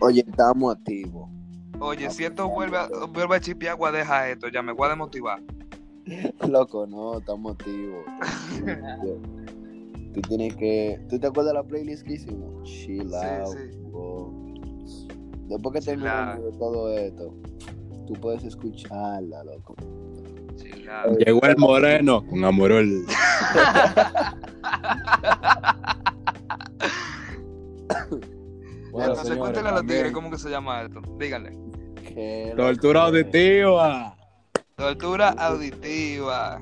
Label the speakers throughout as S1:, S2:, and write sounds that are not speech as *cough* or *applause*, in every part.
S1: Oye, estamos activos.
S2: Oye, si esto vuelve a, vuelve a chipear, voy a dejar esto, ya me voy a desmotivar.
S1: *laughs* Loco, no, estamos activos. Tú tienes que. ¿Tú te acuerdas de la playlist que hicimos? Chill
S2: Sí,
S1: out,
S2: sí.
S1: bro. Después que
S2: Chill
S1: terminemos
S2: out.
S1: de todo esto, tú puedes escucharla, loco.
S2: Sí, claro.
S3: Llegó el moreno con Amorol. Bueno,
S2: Entonces,
S3: señores,
S2: cuéntenle a los
S3: también,
S2: tigres cómo que se llama esto. Díganle.
S1: Que lo
S3: Tortura
S1: que-
S3: auditiva.
S2: Tortura auditiva.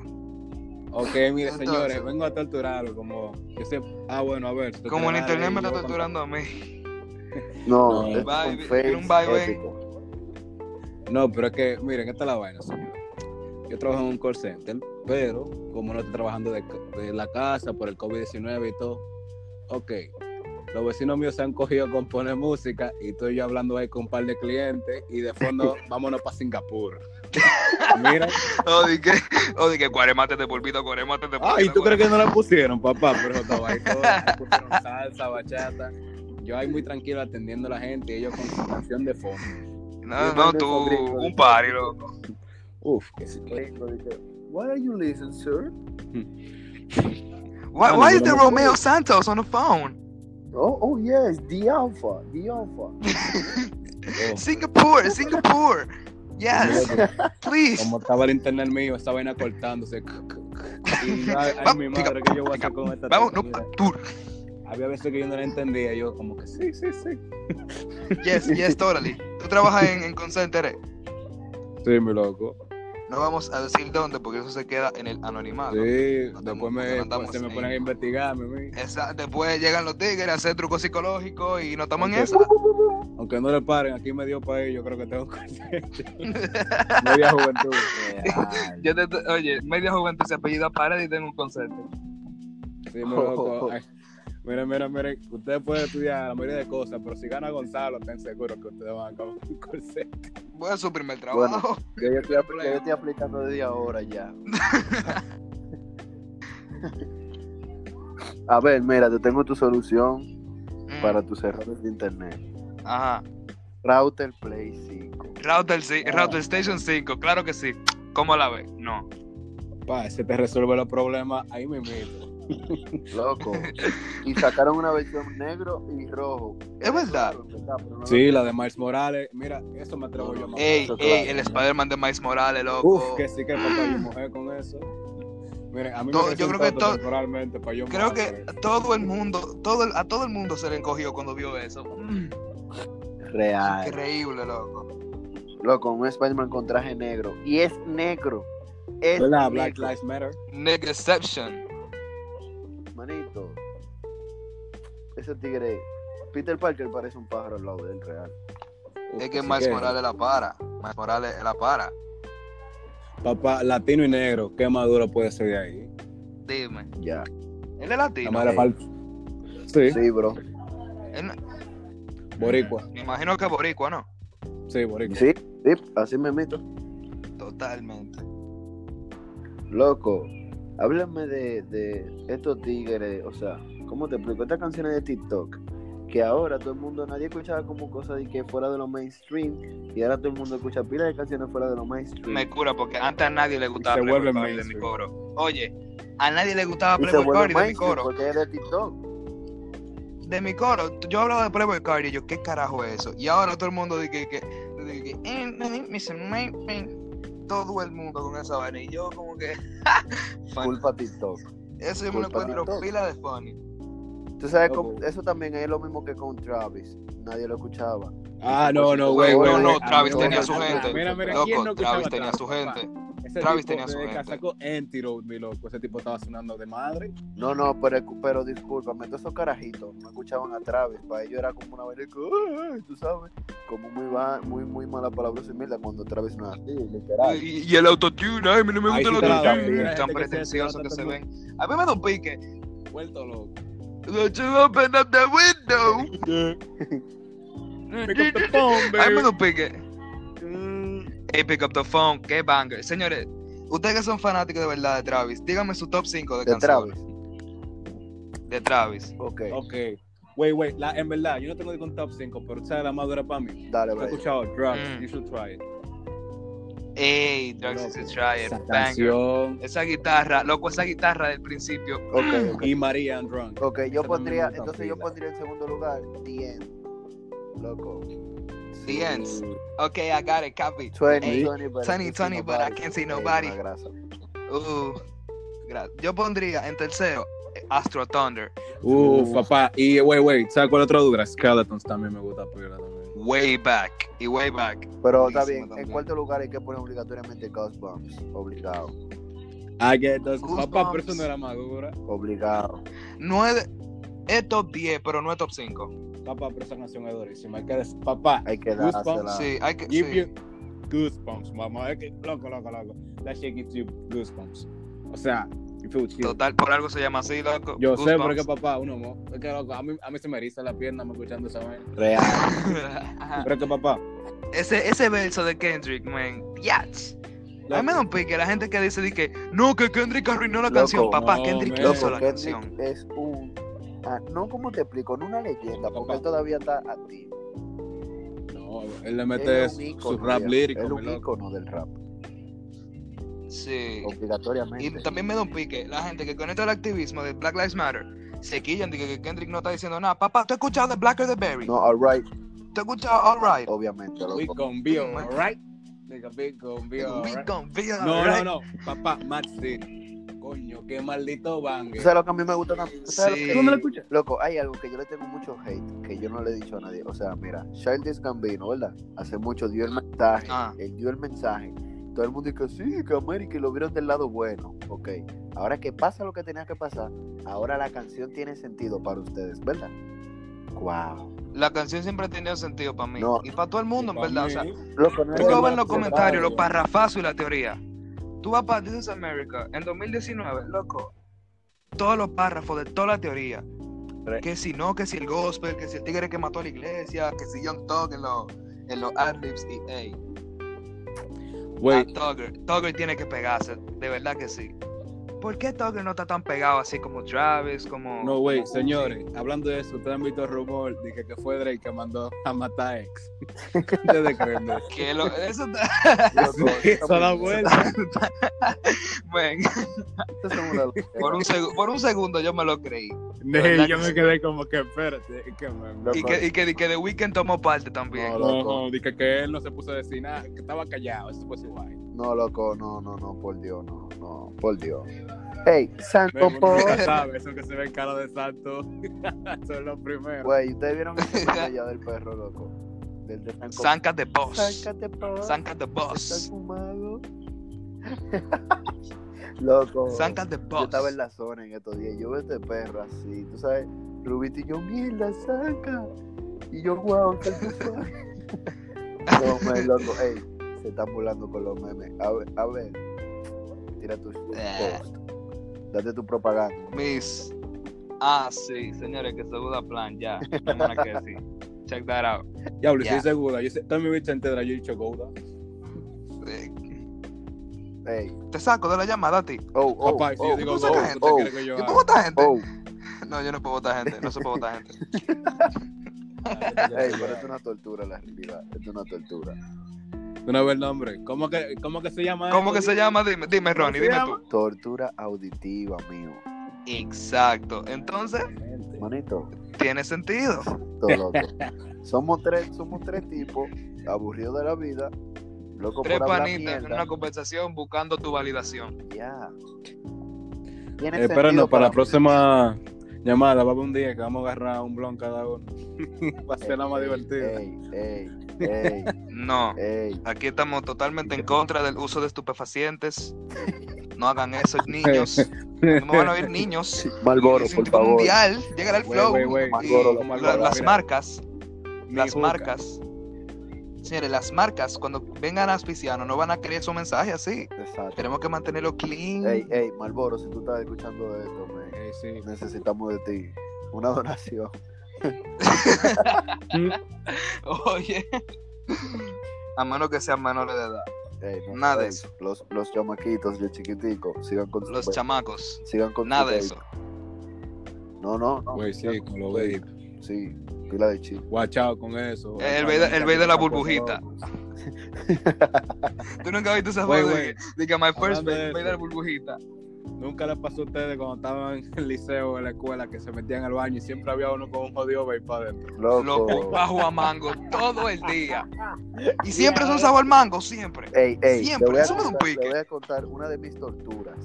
S3: Ok, mire,
S2: Entonces.
S3: señores, vengo a torturarlo como... yo sé- Ah, bueno, a ver. torturar
S2: Como el internet
S3: y
S2: me está
S3: luego-
S2: torturando a mí. *laughs*
S1: No,
S3: No,
S1: es
S2: bye,
S1: con
S2: tiene
S1: Face,
S2: un bye, bye.
S1: épico.
S3: No, pero es que, miren, esta es la vaina, señor. Yo trabajo en un call center, pero como no estoy trabajando de, de la casa por el COVID-19 y todo, ok, los vecinos míos se han cogido a componer música y estoy yo hablando ahí con un par de clientes y de fondo, vámonos para Singapur. Mira,
S2: O de que, o de que cuaremate te pulpito, cuaremate te pulpito.
S3: ay, ah, ¿tú crees
S2: cuaremate.
S3: que no la pusieron, papá? Pero yo estaba ahí todo, le pusieron salsa, bachata. Yo ahí muy tranquilo atendiendo a la gente y ellos con su canción de fondo.
S2: No,
S1: Yo
S2: no,
S1: mandé
S2: tú,
S1: un gringo de-
S2: un party, loco.
S3: Uf, que sí. que-
S1: Gringo, dije, What are you listening, sir?
S2: Why,
S3: no,
S2: why
S3: yo
S2: is the
S3: no me-
S2: Romeo Santos on the phone?
S1: Oh, oh yes, the alpha, the alpha.
S3: oh.
S2: Singapore, Singapore. Yes, please.
S3: Como estaba el internet mío, esa vaina cortándose. Y, ay, ay, mi madre, que yo voy a hacer con esta
S2: Vamos, no,
S3: tortura?
S2: tour.
S3: Había veces que yo no la entendía, yo como que sí, sí, sí.
S2: Yes, yes, totally. Tú trabajas en, en call center, eh.
S3: Sí, mi loco.
S2: No vamos a decir dónde porque eso se queda en el
S3: Ah,
S2: anonimato.
S3: Sí,
S2: no
S3: después
S2: estamos-
S3: me,
S2: no andamos
S3: pues, se me
S2: ahí.
S3: ponen a investigarme, mi.
S2: Esa- después llegan los tigres a hacer trucos psicológicos y no estamos en
S3: Ok.
S2: esa.
S3: Aunque no le paren, aquí me dio para ir, yo creo que tengo que *laughs* Media juventud.
S2: Yo te, oye, media juventud se apellida Paredes y tengo un concepto.
S3: Sí, mi loco. Ay, Mira, mira, mira, ustedes pueden estudiar la mayoría de cosas, pero si gana Gonzalo, estén seguros que ustedes van a acabar con el curso.
S2: Voy a su primer trabajo.
S1: Yo, yo estoy, apl- yo estoy aplicando desde ahora ya. *laughs* A ver, mira, te tengo tu solución
S2: Mm,
S1: para tus errores de internet.
S2: Ajá.
S1: Router Play 5.
S2: Router, ci-
S3: Ah.
S2: Router Station 5, claro que sí. ¿Cómo la ves? No.
S3: Pa, se te resuelve los problemas ahí mismo.
S1: *laughs* Loco. Y sacaron una versión negro y rojo.
S2: Es verdad.
S1: Pero no
S3: Sí, la de Miles Morales. Mira, eso me atrevo yo a mamar.
S2: Ey,
S1: eso,
S2: ey,
S1: claro.
S2: el Spider-Man de Miles Morales, loco.
S3: Uf, que sí que papá y mujer con eso. Miren, a mí
S2: No,
S3: me
S2: yo creo
S3: resultó
S2: que todo-
S3: temporalmente pa' yo
S2: Creo
S3: mamar,
S2: que
S3: pero-
S2: todo el mundo, todo el- a todo el mundo se le encogió cuando vio eso. Mm,
S1: lo- Real.
S2: Increíble, loco.
S1: Loco, un Spider-Man con traje negro. Y es negro. Es negro.
S3: ¿Verdad? Black Lives Matter.
S2: Negreception.
S1: Manito. Ese tigre. Peter Parker parece un pájaro al lado del real.
S3: Uf,
S2: Es que
S3: sí
S2: Miles Morales la para. Miles Morales la para.
S3: Papá, latino y negro, qué maduro puede ser de ahí.
S2: Dime.
S1: Ya.
S2: Él es
S3: La
S2: latino.
S3: madre falta. Sí,
S1: Sí, bro.
S2: Él no-
S3: boricua.
S2: me imagino que es boricua, ¿no?
S3: Sí, boricua.
S1: Sí, sí, así me meto.
S2: Totalmente.
S1: Loco, háblame de, de estos tigres, o sea, ¿cómo te explico? Estas canciones de TikTok, que ahora todo el mundo, nadie escuchaba como cosas de que fuera de lo mainstream, y ahora todo el mundo escucha pilas de canciones fuera de lo mainstream.
S2: Me cura porque antes a nadie le gustaba
S3: se
S2: Playboy
S3: vuelve
S2: Cardi de mi
S3: mainstream.
S2: coro. Oye, a nadie le gustaba
S1: y se
S2: Playboy
S1: vuelve
S2: Cardi de mi
S1: mainstream
S2: coro.
S1: porque es de TikTok.
S3: pues.
S2: De mi coro. Yo hablaba de Playboy Cardi y yo, ¿qué carajo es eso? Y ahora todo el mundo dice que... que, dice que "Eh, eh, me dicen, "Me, me". todo el mundo con esa vaina. Y yo como que... Fan.
S1: Culpa TikTok.
S2: Eso yo me lo
S1: culpa de
S2: encuentro
S1: todo.
S2: pila de funny.
S1: Tú sabes,
S3: Loco.
S1: con- eso también es lo mismo que con Travis, nadie lo escuchaba.
S3: Ah, no, no, güey,
S1: No,
S3: güey.
S1: no,
S3: güey.
S2: Travis
S3: Ah,
S2: tenía
S3: no,
S2: su
S3: no,
S2: gente.
S3: Mira, mira, ¿quién no
S2: Loco,
S3: escuchaba
S2: Travis tenía su
S3: papá?
S2: gente.
S3: Ese
S2: Travis
S3: tipo
S2: tenía su
S3: de
S2: gente.
S3: casaco Antidote, mi loco. Ese tipo estaba sonando de madre.
S1: No, no, pero, pero discúlpame, todos esos carajitos no escuchaban a Travis, para ellos era como una vaina que, "Ay", tú sabes, como muy, va- muy, muy mala palabra se mierda cuando Travis no es así, literal.
S2: Y, y el autotune, ay, a mí no me
S3: Ay,
S2: gusta el
S3: sí, claro,
S2: autotune.
S3: mira,
S2: Tan
S3: gente que se-
S2: pretenciosos que se
S3: trata
S2: ven. A mí me da un pique.
S3: Vuelto loco.
S2: Don't you open up the window?
S3: Pick up the phone,
S2: Ay, me
S3: baby.
S2: da un pique. Hey, pick up the phone, qué banger. Señores, ustedes que son fanáticos de verdad de Travis, díganme su top 5 de,
S1: De
S2: canciones.
S1: Travis,
S2: De Travis.
S1: ok.
S3: Ok. Wait, wait, la- en verdad, yo no tengo ningún top 5, pero esa es la más dura para mí.
S1: Dale,
S3: Yo He
S1: vaya.
S3: escuchado Drugs,
S2: Mm.
S3: You Should Try It.
S2: Ey, Drugs is a Try It,
S3: Esa
S2: banger.
S3: canción.
S2: Esa guitarra, loco, esa guitarra del principio.
S1: Ok, ok.
S3: Y María and Drunk.
S1: Ok,
S3: Esa
S1: yo
S3: también
S1: pondría,
S3: me gusta
S1: entonces yo
S3: pila.
S1: pondría en segundo lugar The End. Loco.
S2: The Ends. Ok, I got it, copy.
S1: 20,
S2: Ey,
S1: 20, but, I
S2: 20,
S1: can't see
S2: 20, but I
S1: nobody.
S2: can't see
S1: Ey, una
S2: nobody.
S1: grasa.
S2: Uh, gra- yo pondría en tercero eh, Astro Thunder. Oh.
S3: Uf, papá. Y, wait, wait, ¿sabes cuál otra dura? Skeletons también me gusta pila también.
S2: Way back y way back.
S1: Pero está
S2: Buenísimo
S1: bien, en
S2: también.
S1: cuarto lugar hay que poner obligatoriamente Goosebumps. Obligado,
S3: I get those. Papá,
S2: Goosebumps.
S3: pero eso no era más dura.
S1: obligado.
S2: No es, es top 10, pero no es top 5.
S3: Papá, pero esa canción es durísima. Hay que des- Papá,
S1: Hay que
S3: Goosebumps,
S1: dársela.
S2: Sí, hay que.
S3: give
S2: sí.
S3: you goosebumps, mamá. Es que, loco, loco, loco. That shit gives you goosebumps. O sea, you feel chill.
S2: Total, por algo se llama así, loco.
S3: Yo sé, pero es que
S2: Goosebumps.
S3: papá, uno, mo- es que loco, a mí, a mí se me eriza la pierna me escuchando esa vaina.
S1: Real.
S2: Ajá.
S3: Pero es que papá,
S2: *laughs* ese, ese verso de Kendrick, man. Yats. A mí me da
S3: loco,
S2: un pique la gente que dice de que no, que Kendrick arruinó la
S1: Loco,
S2: canción. Papá,
S3: no,
S2: Kendrick
S3: man.
S1: Loco,
S2: hizo la canción.
S1: Kendrick es un. ah, no, como te explico, no una leyenda, porque
S3: Papá.
S1: él todavía está activo.
S3: no, él le
S1: Él
S3: mete
S1: es
S3: su,
S1: un
S3: su
S1: ícono,
S3: rap
S1: viejo.
S3: lírico,
S1: Él es
S3: mi
S1: un
S3: loco.
S1: ícono del rap,
S2: Sí. Y
S1: obligatoriamente.
S2: también me da un pique la gente que con esto del activismo de Black Lives Matter se quillan de que que Kendrick no está diciendo nada. Papá, ¿tú has escuchado de Black or the Berry?
S1: No, alright,
S2: ¿Tú has escuchado All Right?
S1: obviamente.
S3: We
S1: Loco.
S3: gon' be
S2: Mm.
S3: alright. Nigga, we gon' be
S2: We
S3: alright.
S2: gon' be
S3: No,
S2: alright.
S3: no, no, papá, Max City. Coño, qué maldito
S1: ¿Tú
S3: banger.
S1: sabes lo que a mí me gusta también? ¿Tú sabes lo
S2: Sí.
S1: que-
S3: ¿Tú no lo escuchas?
S1: Loco, hay algo que yo le tengo mucho hate, que yo no le he dicho a nadie. O sea, mira, Childish Gambino, ¿verdad? Hace mucho dio el mensaje,
S2: Ah.
S1: él dio el mensaje. Todo el mundo dice, sí, que América y lo vieron del lado bueno. Ok, ahora que pasa lo que tenía que pasar, ahora la canción tiene sentido para ustedes, ¿verdad? Wow.
S2: La canción siempre ha tenido sentido para mí.
S1: No.
S2: Y para todo el mundo, en verdad. O sea,
S1: Loco, no
S3: Pero
S2: Tú
S3: que
S2: lo
S3: no
S2: ves en los
S3: hace
S2: comentarios,
S3: radio.
S2: los parrafazos y la teoría. Tú vas para This is America en 2019, loco. Todos los párrafos de toda la teoría.
S1: Re-
S2: Que si no, que si el gospel, que si el tigre que mató a la iglesia, que si Young Thug en los, en los adlibs y ey. a
S3: Wait,
S2: Tugger. Tugger tiene que pegarse, de verdad que sí. ¿Por qué Tugger no está tan pegado así como Travis, como...
S3: no, wait,
S2: como-
S3: señores, hablando de eso, ustedes han visto el rumor de que, que fue Drake que mandó a matar a ex. *laughs* Ustedes creen de eso.
S2: Que lo- eso *laughs*
S3: Eso da vuelta.
S2: Man, *laughs* por, un segu- por un segundo yo me lo creí.
S3: Ney, yo me quedé como que espérate, es que me.
S2: Y que, y que, y que The Weeknd tomó parte también.
S1: No,
S3: No,
S1: loco.
S3: no, dije que él no se puso a decir nada, que estaba callado, eso fue su vaina.
S1: No, loco, no, no, no, por Dios, no, no, por Dios. Hey, Santo
S3: Uno
S1: por...
S3: nunca sabe, eso que se ve en cara de santo, *laughs* eso es lo primero.
S1: Güey, ustedes vieron
S2: *laughs*
S1: ese video ya del perro, loco. Del de Sanco.
S2: Sanka the Boss.
S1: Sácate, pa.
S2: Sanka the
S1: Estás
S2: Boss.
S1: fumado. *laughs* loco.
S2: Sanka the
S1: Yo
S2: Boss.
S1: estaba en la zona en estos días. Yo veo este perro así, tú sabes. Rubito y yo, mierda, saca. Y yo, guau, ¿qué tú *laughs* sabes? No, me loco. Ey, se están burlando con los memes. A ver, a ver. Tira tu tu
S2: Eh.
S1: post. Date tu propaganda.
S2: Miss. Ah, sí, señores, que segundo plan, ya. No hay nada que decir. Check that out.
S3: Ya, Luis,
S2: Ya.
S3: estoy segura, yo sé, toda mi vida entera yo he dicho Gouda.
S2: Eh,
S1: Ey.
S2: Te saco de la llamada a ti.
S1: Oh, oh,
S3: Papá, si
S1: oh,
S3: yo digo
S2: ¿cómo saca
S3: Gouda,
S2: gente?
S3: ¿usted quiere que yo
S2: ¿Yo
S3: haga?
S2: puedo votar gente?
S1: oh.
S2: No, yo no puedo votar gente. No se puede votar
S3: *laughs*
S2: gente. *laughs*
S1: Ey, pero es una tortura la realidad. Es una tortura.
S3: Tú no ves el nombre. ¿Cómo que, cómo que se llama?
S2: ¿Cómo que
S3: esto?
S2: se llama? Dime, dime
S3: ¿Cómo
S2: Ronnie,
S3: se
S2: dime
S3: llama?
S2: tú.
S1: Tortura auditiva, mío.
S2: Exacto. Entonces,
S1: Manito.
S2: tiene sentido.
S1: Todo
S3: *laughs*
S1: loco. Somos tres, somos tres tipos aburridos de la vida, loco
S2: Tres
S1: por hablar
S2: panitas en
S1: mierda.
S2: una conversación buscando tu validación.
S1: Ya. Tiene
S3: Eh,
S1: sentido
S3: Espéranos, Eh, para la
S1: mí.
S3: próxima llamada va a haber un día que vamos a agarrar un blon cada uno. *laughs* Va a ser la
S2: Eh,
S3: más
S1: Ey,
S3: divertida.
S1: Ey, ey,
S3: *laughs*
S1: ey,
S2: No.
S1: ey.
S2: Aquí estamos totalmente en contra del uso de estupefacientes. No hagan eso, niños. No me van a oír niños.
S1: Malboro,
S2: Es
S1: por favor.
S2: mundial, llegará el
S3: Wey,
S2: flow.
S3: wey, wey.
S2: Y
S1: Malboro,
S2: la-
S3: Malboro,
S2: las
S3: mira.
S2: marcas,
S3: Ni
S2: las
S3: juca.
S2: marcas. Señores, las marcas cuando vengan a auspiciarnos no van a querer su mensaje así.
S1: Exacto.
S2: Tenemos que mantenerlo clean.
S1: Ey, ey, Malboro, si tú estás escuchando esto, man,
S3: Eh, sí.
S1: necesitamos de ti una donación.
S2: Oye. A menos que sean menores de edad.
S1: Ey, no,
S2: Nada de
S1: ey,
S2: eso.
S1: Los, los chamaquitos, los chiquiticos, sigan con su-
S2: Los chamacos.
S3: Pues,
S1: sigan con su
S2: Nada de
S1: baby.
S2: eso.
S1: No, no, no.
S3: Güey, sí, con lo baby.
S1: Sí, pila de chip.
S3: Guachao con eso.
S2: El bey de- el bey de la burbujita. Tú nunca viste esa
S3: Güey,
S2: foto
S3: güey.
S2: de que- de que my first
S3: Hablando de
S2: baby
S3: eso.
S2: me da la burbujita.
S3: Nunca les pasó a ustedes cuando estaban en el liceo o en la escuela que se metían al baño y siempre había uno con un jodido vape para adentro.
S2: Loco,
S1: Loco.
S2: bajo a mango todo el día. Y siempre es un sabor mango, siempre.
S1: Ey, ey,
S2: Siempre,
S1: le voy, a
S2: eso me da un
S1: contar, le
S2: pique.
S1: voy a contar una de mis torturas.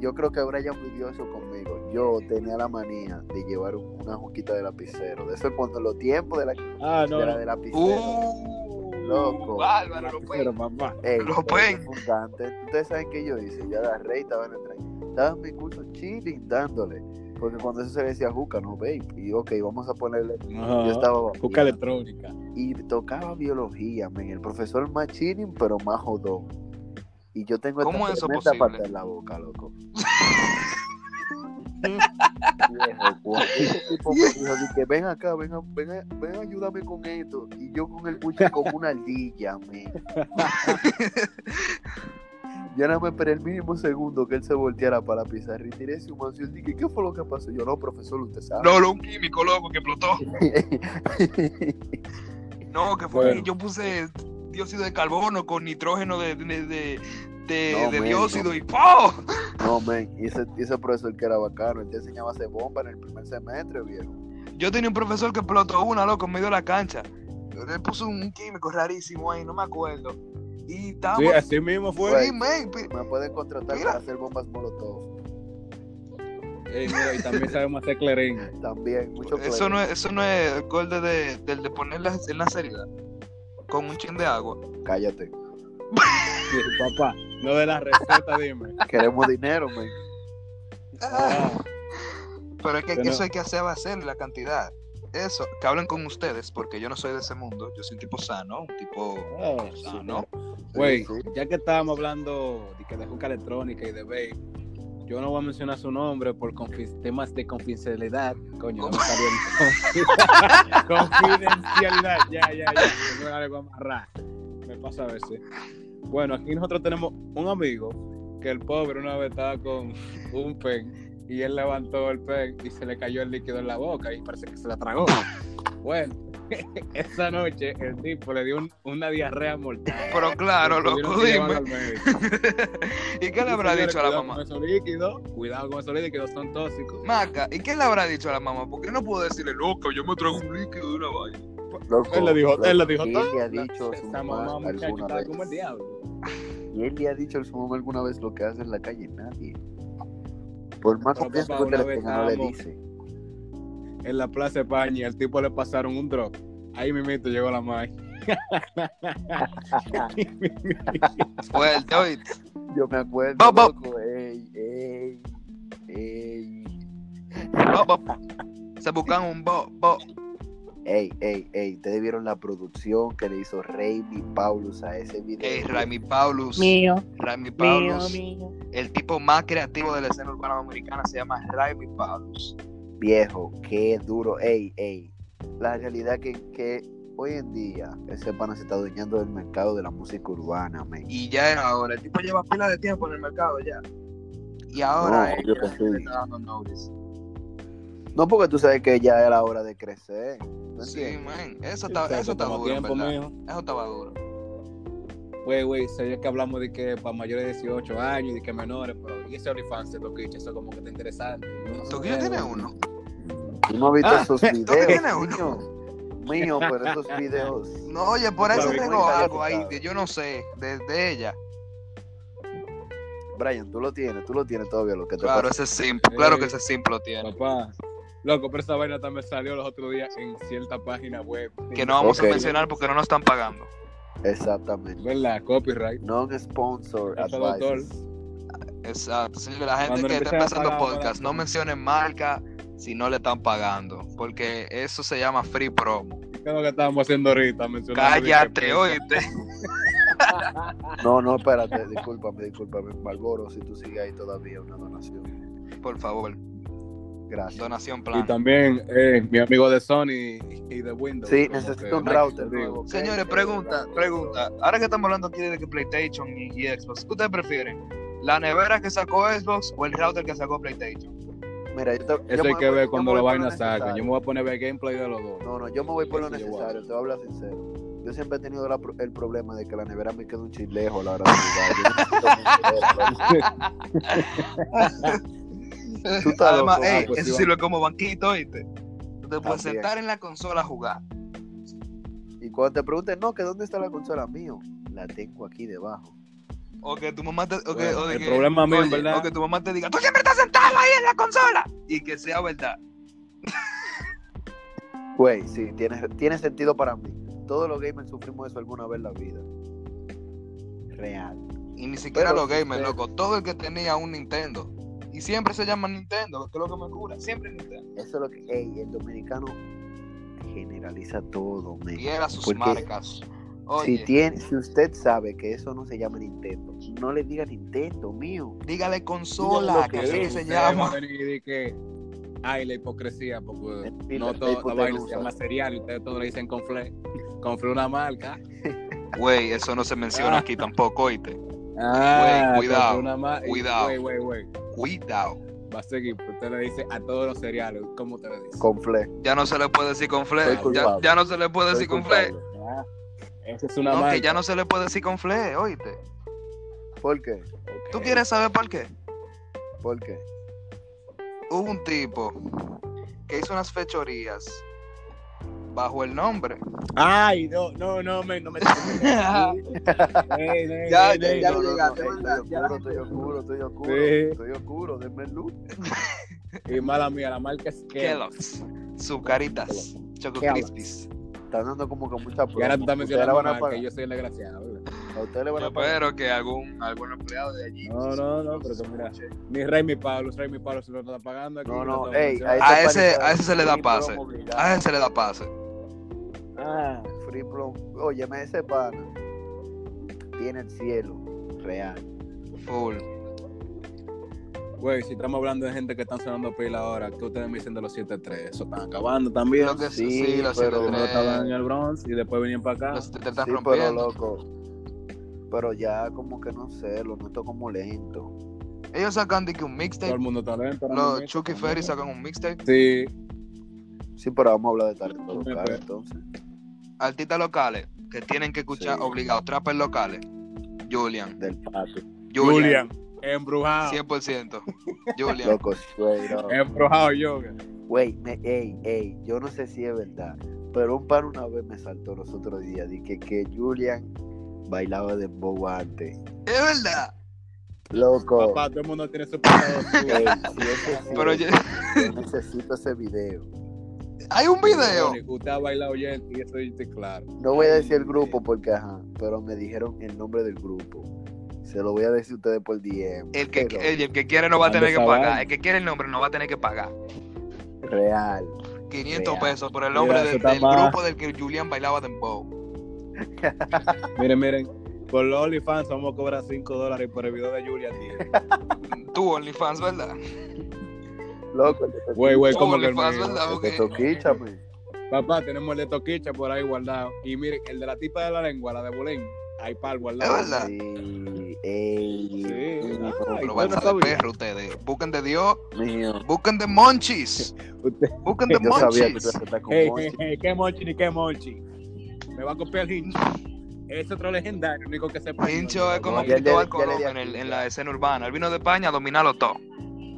S1: Yo creo que Brian vivió eso conmigo. Yo tenía la manía de llevar un- una juquita de lapicero. De eso es cuando los tiempos de la,
S3: Ah,
S1: de la de lapicero.
S2: Uh,
S1: Loco.
S2: Bárbaro, pues. lo fue.
S3: Pero papá.
S1: Ey,
S2: Lo
S1: eso
S2: ven.
S1: es fundante. Ustedes saben que yo hice, yo agarré y estaba en el tren. Estaba en mi curso chilling dándole. Porque cuando eso se le decía juca, no vape. Y ok, vamos a ponerle.
S3: No,
S1: Yo estaba.
S3: Busca electrónica.
S1: y tocaba biología, men. El profesor más chilling, pero más jodón. Y yo tengo
S2: ¿Cómo es eso
S1: tremenda
S2: posible?
S1: parte en la boca,
S2: *laughs*
S1: loco. Viejo, cuando ese tipo me dijo, dije, ven acá, ven, a- ven, a- ven a ayúdame con esto. Y yo con el cuchillo como una ardilla,
S2: *laughs*
S1: men. Yo nada más esperé el mínimo segundo que él se volteara para pisar y tiré su mansión. Dije, ¿qué fue lo que pasó? Yo, no, profesor, usted sabe.
S2: No, no, un químico loco que explotó.
S1: *laughs*
S2: No, que fue.
S3: Bueno.
S2: Yo puse dióxido de carbono con nitrógeno de, de, de, de-
S1: No,
S2: de
S1: men,
S2: dióxido
S1: no.
S2: y ¡pau!
S1: No, men, y ese, y ese profesor que era bacano, él te enseñaba a hacer bomba en el primer semestre, viejo.
S2: Yo tenía un profesor que explotó una, loco, en medio de la cancha. Él puso un químico rarísimo ahí, no me acuerdo. Y
S3: Sí,
S2: estábamos.
S3: así mismo fue.
S2: Sí, men, pe-
S1: Me pueden contratar
S2: Mira.
S1: para hacer bombas molotov.
S3: Ey, Eh, mira, y también sabemos hacer clerín.
S1: También, mucho
S2: Eso no es, eso no es el gol de, de, del de ponerla en la seriedad. Con un chin de agua.
S1: es. Cállate.
S3: Sí, papá, no de la receta, dime.
S1: Queremos dinero,
S3: *laughs*
S1: men.
S3: Ah,
S2: Pero es que
S3: Yo no-
S2: eso hay que hacer, va a ser la cantidad. Eso, que hablen con ustedes, porque yo no soy de ese mundo. Yo soy un tipo sano, un tipo
S3: ah,
S2: sano.
S3: Güey,
S1: Sí, sí.
S3: ya que estábamos hablando de, que de juca electrónica y de vape, yo no voy a mencionar su nombre por confi- temas de confidencialidad. Coño, no me salió
S1: *laughs*
S3: el- Confidencialidad, ya, ya, ya. No me algo amarrar. Me pasa a veces. Bueno, aquí nosotros tenemos un amigo que el pobre una vez estaba con un pen y él levantó el pen y se le cayó el líquido en la boca y parece que se la tragó. Bueno, *laughs* esa noche el tipo le dio un- una diarrea mortal.
S2: Pero claro, loco, dime. ¿Y *laughs* qué le habrá dicho a la mamá?
S3: cuidado con esos líquidos, son tóxicos.
S2: Maca, ¿y qué le habrá dicho a la mamá? Porque no puedo decirle, loco, yo me traigo un líquido de una vaina.
S1: Loco,
S3: Él le dijo,
S1: loco,
S3: él le dijo
S1: ¿quién
S3: todo.
S1: le ha dicho a su
S3: Esa
S1: mamá
S3: mamá, muchacho,
S1: alguna
S3: estaba
S1: vez?
S3: como el diablo.
S1: ¿Quién le ha dicho a su mamá alguna vez lo que hace en la calle? Nadie. Por más
S3: Pero,
S1: confianza
S3: papá,
S1: que
S3: una
S1: le
S3: vez
S1: tenga, no le
S3: estábamos-
S1: dice.
S3: En la plaza de España, y al tipo le pasaron un drop. Ahí mismito llegó la madre.
S2: Fuerte, oíste.
S1: Yo me acuerdo,
S2: Va, va.
S1: loco, ey, ey, ey.
S2: Bo, bo. Se buscan un bo, bo.
S1: Ey, ey, ey, ustedes vieron la producción que le hizo Raimi Paulus a ese video.
S2: Ey, Raimi Paulus.
S4: Mío,
S2: Raimi
S4: mío,
S2: Paulus.
S4: mío.
S2: El tipo más creativo de la escena urbana dominicana se llama Raimi Paulus.
S1: Viejo, qué duro. Ey, ey. La realidad que, que hoy en día ese pana se está adueñando del mercado de la música urbana, men.
S2: Y ya era ahora. El tipo lleva pila de tiempo en el mercado ya. Y ahora
S1: No,
S2: es
S1: yo
S2: que la
S1: pensé.
S2: gente le está dando nombres.
S1: No porque tú sabes que ya era hora de crecer. ¿no
S2: Sí,
S1: entiendes?
S2: man. Eso está, eso está duro, en
S3: tiempo,
S2: ¿verdad?
S3: mijo.
S2: Eso estaba duro.
S3: Güey, güey, sabía que hablamos de que para mayores de 18 años y de que menores, pero y ese OnlyFans de Toquicha, eso como que está interesante. No sé,
S2: Toquillo tiene
S3: güey.
S2: uno.
S1: Tú no has visto
S3: Ah,
S1: esos
S2: *laughs* tiene
S1: videos.
S2: uno.
S1: Mío, mío,
S2: *laughs*
S1: pero esos videos.
S2: No, oye, por
S1: Tú
S2: eso
S1: sabes
S2: tengo
S1: cuánta
S2: algo
S1: gente
S2: ahí.
S1: sabe.
S2: de- yo no sé, de, de ella.
S1: Brian, tú lo tienes, tú lo tienes todavía lo que te
S2: Claro,
S1: pasa.
S2: ese es simple. Claro que
S3: Ey.
S2: ese es simple lo tiene.
S3: Papá. Loco, pero esa vaina también salió los otros días en cierta página web.
S2: Que no vamos
S1: Ok.
S2: a mencionar porque no nos están pagando.
S1: Exactamente.
S3: ¿Verdad? Copyright.
S1: Non-sponsor
S3: Hasta el doctor.
S1: advice.
S2: Exacto. Señor, la gente que
S3: Cuando le
S2: está
S3: empiecen a
S2: empezando
S3: pagar,
S2: podcast,
S3: ahora-
S2: no mencionen marca si no le están pagando. Porque eso se llama free promo.
S3: ¿Qué es lo que estábamos haciendo ahorita? Mencionando de
S2: Cállate,
S3: que- pues,
S2: oíste.
S1: No, no, espérate, discúlpame, discúlpame. Malboro, si tú sigues ahí todavía, una donación.
S2: Por favor,
S1: Gracias.
S2: donación
S3: Y
S2: plan.
S3: también eh, mi amigo de Sony y de Windows.
S1: Sí,
S3: como que-
S1: necesito un router nuevo. ok,
S2: Señores,
S1: eh,
S2: pregunta,
S1: router.
S2: pregunta. Ahora que estamos hablando aquí de que PlayStation y, y Xbox, ¿qué ustedes prefieren? ¿La nevera que sacó Xbox o el router que sacó PlayStation?
S1: Mira, yo te- yo
S3: Eso
S1: me
S3: hay
S1: voy
S3: que
S1: por-
S3: ver
S1: yo
S3: cuando
S1: me
S3: la
S1: voy por lo
S3: vaina saque. Yo
S1: necesario.
S3: me voy a poner a ver gameplay de los dos.
S1: No, no, yo me voy por lo
S3: Eso yo
S1: necesario,
S3: hago.
S1: te voy a hablar sincero. Yo siempre he tenido la pro- el problema de que la nevera me queda un chilejo a la hora de jugar. Tú estás
S2: Además,
S1: loco,
S2: ey,
S1: ah, pues
S2: eso
S3: sí,
S2: sirve como banquito, ¿oíste? Tú te puedes
S1: También.
S2: sentar en la consola a jugar.
S1: Yo- y cuando te pregunten, no, que dónde está la consola mío, la tengo aquí debajo.
S2: O que tu mamá te. O que,
S3: Bueno,
S2: o de
S3: el
S2: que-
S3: problema mío, en
S2: oye,
S3: verdad.
S2: O que tu mamá te diga, tú siempre estás sentado ahí en la consola. Y que sea verdad.
S1: Güey, sí, tiene, tiene sentido para mí. Todos los gamers sufrimos eso alguna vez en la vida. Real.
S2: Y ni siquiera
S1: Pero
S2: los
S1: si
S2: gamers,
S1: usted-
S2: loco. Todo el que tenía un Nintendo. Y siempre se llama Nintendo, que es lo que me cura. Siempre Nintendo.
S1: Eso es lo que, ey, el dominicano generaliza todo, men.
S2: Y era sus
S1: Porque
S2: marcas. Oye,
S1: Si, tiene, si usted sabe que eso no se llama Nintendo, no le diga Nintendo, mío.
S2: dígale
S1: Dígale
S2: consola,
S1: lo ¿eh?
S2: que
S1: que
S2: así
S1: es,
S2: que se
S3: Ustedes van a
S2: llama.
S3: venir y di que, ay, la hipocresía, porque
S1: Y
S3: no
S1: la-
S3: toda
S1: la
S3: la vaina se
S1: hipotenusa.
S3: llama cereal y ustedes todos le dicen confle. Confle una marca.
S2: Güey, eso no se menciona aquí tampoco, oíste.
S3: Ah,
S2: cuidado,
S3: confle una marca.
S2: cuidado.
S3: Güey, güey, güey.
S2: Cuidado.
S3: Va a seguir, pero usted le dice a todos los cereales, ¿cómo te le dice?
S1: Con fle.
S2: Ya no se le puede decir con fle.
S1: Estoy
S2: Ya,
S1: culpable.
S2: ya no se le puede
S1: Soy
S2: decir con
S1: culpable.
S2: fle.
S3: Ah, esa es una
S2: No,
S3: marca.
S2: que ya no se le puede decir con fle, oíste.
S1: ¿Por qué?
S3: Ok.
S2: ¿Tú quieres saber por qué?
S1: ¿Por qué?
S2: hubo un tipo que hizo unas fechorías bajo el nombre.
S3: Ay, no, no, no, men, no
S2: *laughs*
S3: me.
S2: ya,
S3: Ey, ey,
S2: ya,
S3: ey, ey,
S2: ya
S3: no,
S2: lo
S3: no,
S2: llegaste,
S1: no,
S2: ¿verdad? Ya la
S1: no, Estoy oscuro, estoy oscuro,
S3: Sí.
S1: estoy oscuro, estoy oscuro, denme luz.
S3: Y mala mía, la marca es Kellogg.
S2: Kellogg's, Zucaritas, Choco
S1: Kellogg's.
S2: Crispies.
S1: Están dando como que mucha
S3: Y ahora tú estás
S1: promo. Ustedes la
S3: mencionando
S1: van a
S3: marca,
S1: pagar.
S3: que yo soy el desgraciado. ¿verdad?
S1: A ustedes le van a
S2: Yo
S1: pagar.
S2: espero que algún, algún empleado de allí.
S3: No, no, no, pero que mira. Ni Rey ni Pablo, Rey ni Pablo se lo está pagando aquí.
S1: No, no,
S3: lo
S1: ey,
S3: estamos
S2: A
S1: este
S2: ese-
S1: pariseo
S2: a ese se le da
S1: es free promo
S2: pase.
S1: obligado.
S2: A él se le da pase.
S3: Ah,
S1: Free Plum, óyeme, ese pana tiene el cielo real.
S2: Full.
S3: Güey, si estamos hablando de gente que están sonando pila ahora, ¿qué ustedes me dicen de los 7-3? Eso están acabando también.
S2: Lo eh, que sí,
S1: sí,
S2: los
S1: pero
S3: Primero
S1: no
S2: 73,
S3: estaban en el Bronx y después venían para acá.
S2: los 73 están
S1: sí, pero
S2: rompiendo.
S1: loco. Pero ya como que no sé, lo noto como lento.
S2: Ellos sacan de que un
S3: Todo el
S2: mixtape.
S3: mundo está lento. ahora
S2: Los
S3: mismo.
S2: Chucky Ferry sacan un mixtape.
S3: Sí,
S1: Sí, pero vamos a hablar de talento
S3: Me
S1: local
S3: pego.
S1: entonces.
S2: Artistas locales que tienen que escuchar
S1: Sí.
S2: obligados. Trappers locales. Julian.
S1: Del patio.
S2: Julian.
S3: Julian, Ah.
S1: *laughs*
S3: embrujado.
S2: 100%. Julian.
S1: Loco, güey, no.
S3: Embrujado yoga.
S1: Güey, me- ey, ey, yo no sé si es verdad, pero un pan una vez me saltó los otros días, dije que Julian bailaba de bobo antes.
S2: Es verdad.
S1: Loco,
S3: Papá, todo el mundo tiene su
S1: *laughs*
S3: pasado. oscuro.
S1: ey, si eso es
S2: *laughs* Pero yo-
S1: cierto, yo necesito ese video.
S2: Hay un video.
S3: Usted ha bailado ya y eso dice claro.
S1: No voy a decir el grupo porque, ajá, pero me dijeron el nombre del grupo. Se lo voy a decir a ustedes por DM.
S2: El que,
S1: pero
S2: el, el que quiere no va a tener que
S3: Ando sabana.
S2: pagar. El que quiere el nombre no va a tener que pagar.
S1: Real.
S2: 500
S1: Real.
S2: pesos por el nombre
S3: Mira,
S2: del,
S3: eso está
S2: del
S3: más.
S2: grupo del que Julian bailaba Dembow.
S3: Miren, miren. Por los OnlyFans vamos a cobrar 5 dólares y por el video de Julia
S1: *laughs*
S3: 10.
S2: Tú, OnlyFans, ¿verdad?
S1: Loco,
S3: Güey, güey, como
S2: Tú,
S3: que el
S2: OnlyFans,
S3: mío.
S2: ¿verdad?
S1: que
S2: Porque-
S1: toquicha, pues. man.
S3: Papá, tenemos el de Toquicha por ahí guardado. Y miren, el de la tipa de la lengua, la de Bolén. Hay par guardado.
S2: Es verdad.
S1: Sí, ey.
S3: Sí.
S1: mío,
S3: Ay,
S2: Pero
S3: yo
S2: van
S3: no
S2: a
S3: sabía.
S2: perro ustedes. Busquen de Dios.
S1: mío.
S2: Busquen de Monchis.
S3: Usted-
S2: Busquen de
S1: Yo sabía que tú
S2: Monchis. *laughs*
S1: ibas a este, estar
S3: *laughs*
S1: con
S3: Hey,
S1: Monchi.
S3: hey, hey, qué monchi ni qué monchi. Me va a copiar el hincho. Es otro legendario, único que sepa.
S2: Hincho es como
S1: No, ya le- ya
S2: Cristóbal
S1: le
S2: Colón
S1: di
S2: en, el-
S1: aquí,
S2: en
S1: ya.
S2: la escena urbana. Él vino de España a dominarlo todo.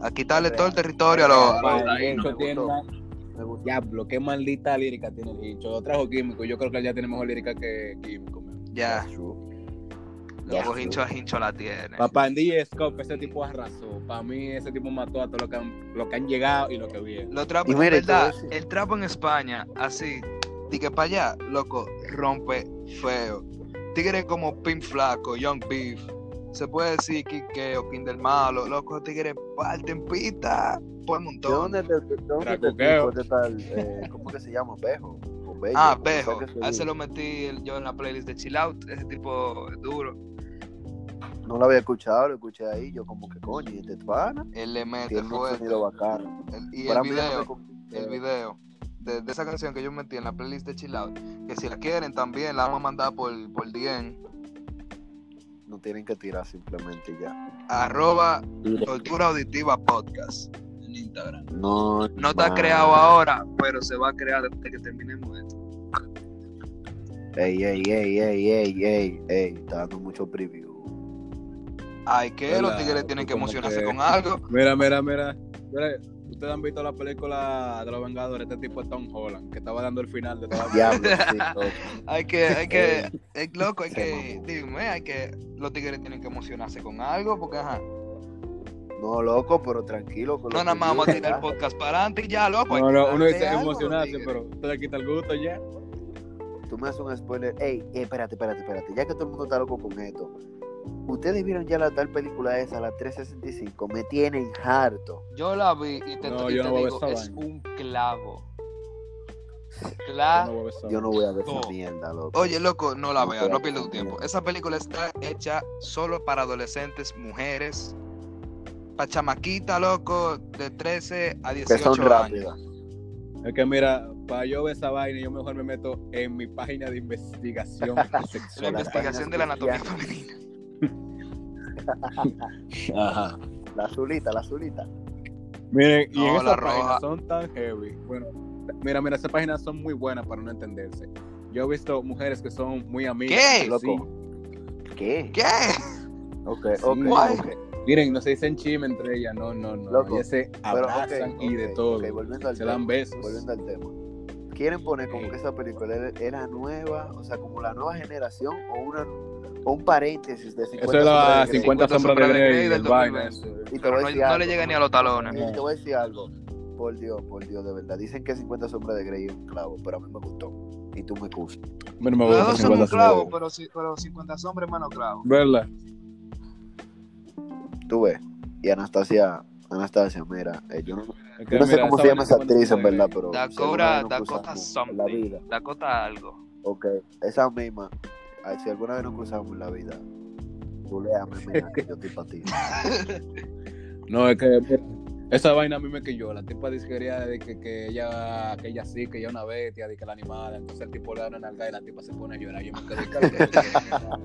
S2: A quitarle
S1: Real.
S2: todo el territorio a los. a los-
S1: Real.
S3: el hincho
S1: me
S3: tiene
S1: gustó.
S3: una-
S1: Me gustó.
S3: Diablo, qué maldita lírica tiene el hincho. Lo trajo químico. Yo creo que él ya tiene mejor lírica que químico. man.
S2: Ya.
S1: Ya.
S2: Luego Hincho a Hincho la tiene.
S3: Papá, en DJ Scope, ese tipo arrasó. Para mí, ese tipo mató a todos los que han, lo que han llegado y lo que vienen.
S2: Lo trapo,
S1: Y mira,
S2: en verdad,
S1: y todo eso.
S2: el trapo en España, así, di que para allá, loco, rompe feo. Tigres como Pin Flaco, Young Beef, se puede decir Quique o King del Malo, loco, tigres parten pita por
S1: ¿De
S2: montón.
S1: dónde te, de dónde te
S3: Tracuqueo.
S1: tipo de tal, eh, ¿Cómo que se llama? Bejo. o Bello,
S2: Ah,
S1: como
S2: Pejo,
S1: sea que se
S2: a ese
S1: diga.
S2: lo metí el- yo en la playlist de Chill Out, ese tipo es duro,
S1: No lo había escuchado, lo escuché ahí. Yo, como que coño, y este pana
S2: él le mete
S1: tiene un
S2: fuerte.
S1: sonido bacano.
S2: El- y
S1: Para
S2: el
S1: mí eh, no me
S2: video,
S1: confunde.
S2: el video de, de esa canción que yo metí en la playlist de Chill Out, que si la quieren también la vamos a mandar por, por DM.
S1: No tienen que tirar simplemente y ya.
S2: arroba tortura auditiva podcast. en Instagram.
S1: No,
S2: No está
S3: Ah.
S1: hermano.
S2: creado ahora, pero se va a crear desde que terminemos esto.
S1: Ey, ey, ey, ey, ey, ey, ey. Está dando mucho preview.
S2: Ay, que los
S3: Hola,
S2: tigres tienen que
S3: como
S2: emocionarse
S3: que-
S2: con algo.
S3: Mira, mira, mira. Mira, Ustedes han visto la película de los Vengadores, este tipo es Tom Holland, que estaba dando el final de toda la
S1: Diablo,
S2: *laughs*
S1: sí, loco.
S2: Hay
S3: *laughs*
S2: que, hay que, es loco, hay
S1: Se
S2: que, dime, hay que, los tigres tienen que emocionarse con algo, porque ajá.
S1: No, loco, pero tranquilo. Con
S2: No
S1: los
S2: nada más vamos a
S1: previews,
S2: tirar el
S1: relaja.
S2: podcast para adelante y ya, loco. hay
S3: No,
S2: que
S3: no, uno
S2: darle
S3: dice
S2: algo a los
S3: emocionarse,
S2: tigres.
S3: pero te le quita el gusto ya.
S1: Tú me haces un spoiler. Ey, ey, espérate, espérate, espérate. Ya que todo el mundo está loco con esto. Ustedes vieron ya la tal película esa, la 365. Me tienen harto.
S2: Yo la vi y te,
S3: No,
S2: y
S3: yo
S2: te
S3: no voy a ver
S2: digo,
S3: esa
S2: es
S3: vaina.
S2: un clavo.
S3: Yo
S2: Claro.
S3: Ah, no voy a ver esa
S1: Yo no voy a ver esa
S2: No.
S1: mierda, loco.
S2: Oye, loco, no la
S1: No
S2: veas,
S1: te la
S2: no pierdas tu
S1: recomiendo.
S2: tiempo. Esa película está hecha solo para adolescentes, mujeres, para chamaquita, loco, de 13 a
S1: que
S2: 18
S1: son
S2: años.
S1: rápidas.
S3: Es que mira, para yo ver esa vaina, yo mejor me meto en mi página de investigación *laughs*
S2: La
S3: sexual.
S2: investigación de la anatomía
S1: Las páginas
S2: femenina.
S3: Ajá.
S1: La azulita, la azulita.
S3: Miren, y
S2: No,
S3: en
S2: la
S3: esas
S2: roja.
S3: páginas son tan heavy. Bueno, mira, mira, esas páginas son muy buenas para no entenderse. Yo he visto mujeres que son muy amigas.
S2: ¿Qué?
S3: loco.
S1: ¿Qué?
S2: ¿Qué?
S1: Ok,
S3: Sí.
S1: ok,
S2: Guay.
S1: ok.
S3: Miren, no se dicen chisme entre ellas, no, no, no.
S1: Loco,
S3: Ellas se
S1: Pero,
S3: abrazan
S1: ok,
S3: y de
S1: ok,
S3: todo.
S1: ok, volviendo al
S3: se dan
S1: tema,
S3: besos.
S1: volviendo al tema. Quieren poner como
S3: Ey.
S1: que esa película era, era nueva, o sea, como la nueva generación o una o un paréntesis de 50
S3: Eso es la
S1: sombras de Grey.
S3: 50 sombras de Grey
S2: del
S3: del vaina.
S2: 2020.
S1: Y te
S2: Pero
S1: voy a
S2: no,
S1: decir
S2: no
S1: algo,
S2: le llega ni a los talones.
S1: Mira, te voy a decir algo. Por Dios, por Dios, de verdad. Dicen que 50 sombras de Grey es un clavo, pero a mí me gustó. Y tú me excusas.
S3: Bueno, me
S2: Los
S3: gusta
S2: dos son un
S3: 50
S2: clavo,
S3: sombras.
S2: pero, sí- pero 50 sombras, hermano, clavo.
S3: ¿Verdad?
S1: Tú ves. Y Anastasia, Anastasia, mira, eh, yo no,
S3: Es que
S1: yo no sé
S3: mira,
S1: cómo
S3: esa
S1: se llama esa
S3: vaina es 50
S1: actriz, en
S3: sombras de
S1: verdad,
S3: Grey.
S1: pero...
S2: Dakota,
S1: seguro que nos
S2: Dakota
S1: cruzamos en La vida.
S2: something. Dakota algo.
S1: Ok, esa misma. Ay, si alguna vez nos cruzamos en la vida, buleame, mira, que yo estoy para ti.
S3: No, es que mira, esa vaina a mí me quilló. La tipa dice que quería de que, que ella, que ella sí, que ella es una bestia, de que la animada. Entonces el tipo le da una nalga y la tipa se pone a llorar. Yo me quedé claro.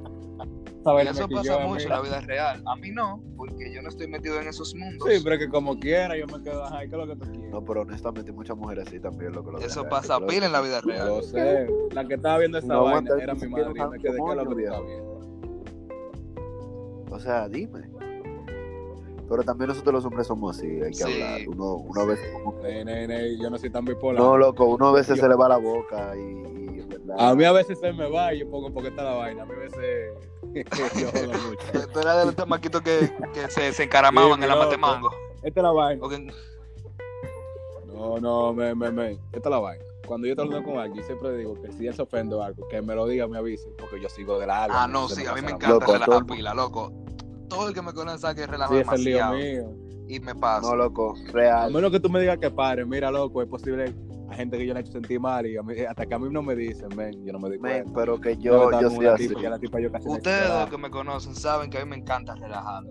S3: Esa
S2: Y
S3: vaina
S2: eso
S3: me
S2: pasa
S3: quilló a mí.
S2: mucho en la vida real. A mí no, porque yo no estoy metido en esos mundos.
S3: Sí, pero que como quiera, yo me quedo, ajá, ¿qué es lo que tú quieres?
S1: No, pero honestamente, muchas mujeres sí también lo que lo
S2: Eso
S1: dejan,
S2: pasa
S1: claro.
S2: pila en la vida real.
S3: Yo sé, la que estaba viendo esa
S1: No
S3: vaina
S1: aguanta
S3: era
S1: ni
S3: mi
S1: siquiera
S3: madre.
S1: un
S3: Yo me quedé
S1: matrimonio,
S3: claro que tú
S1: viejo.
S3: estabas viendo.
S1: O sea, dime. Pero también nosotros los hombres somos así, hay que
S2: Sí.
S1: hablar. Uno, uno a veces como que-
S3: Ney, ney, ney, yo no soy tan bipolar.
S1: No, loco, uno a veces
S3: Yo-
S1: se le va la boca y... y, en verdad,
S3: A mí a veces se me va y yo pongo porque está la vaina. A mí a veces *laughs* yo jodo mucho.
S1: *laughs*
S2: Tú eras de los tamaquitos que, que se, se encaramaban
S3: *laughs* Sí,
S2: en la
S3: loco.
S2: matemango.
S3: Esta es la vaina.
S2: O que-
S3: No, no, me, me, me. Esta es la vaina. Cuando yo estoy hablando con alguien, siempre digo que si él se ofende o algo, que me lo diga, me avise, porque yo sigo de la alma.
S2: Ah, no,
S3: se
S2: sí, a mí me encanta
S3: pasa la-
S1: Loco, todo
S2: relajar
S1: el mundo.
S2: pila, loco. Todo el que me conoce sabe que relaja
S3: Sí, ese es el lío
S2: demasiado.
S3: mío.
S2: Y me pasa.
S1: No, loco,
S3: A
S1: real.
S3: menos que tú me digas que pare, mira, loco, es posible. Hay gente que yo le he hecho sentir mal y a mí- eh, hasta que a mí no me dicen, ven, yo no me di
S1: men,
S3: cuenta.
S1: pero que
S3: Una vez
S1: yo,
S3: estaba
S1: yo
S3: con
S1: soy
S3: una
S1: así.
S3: tipa y a la tipa yo casi le
S2: Ustedes
S3: explotaba.
S2: los que me conocen saben que a mí me encanta relajar.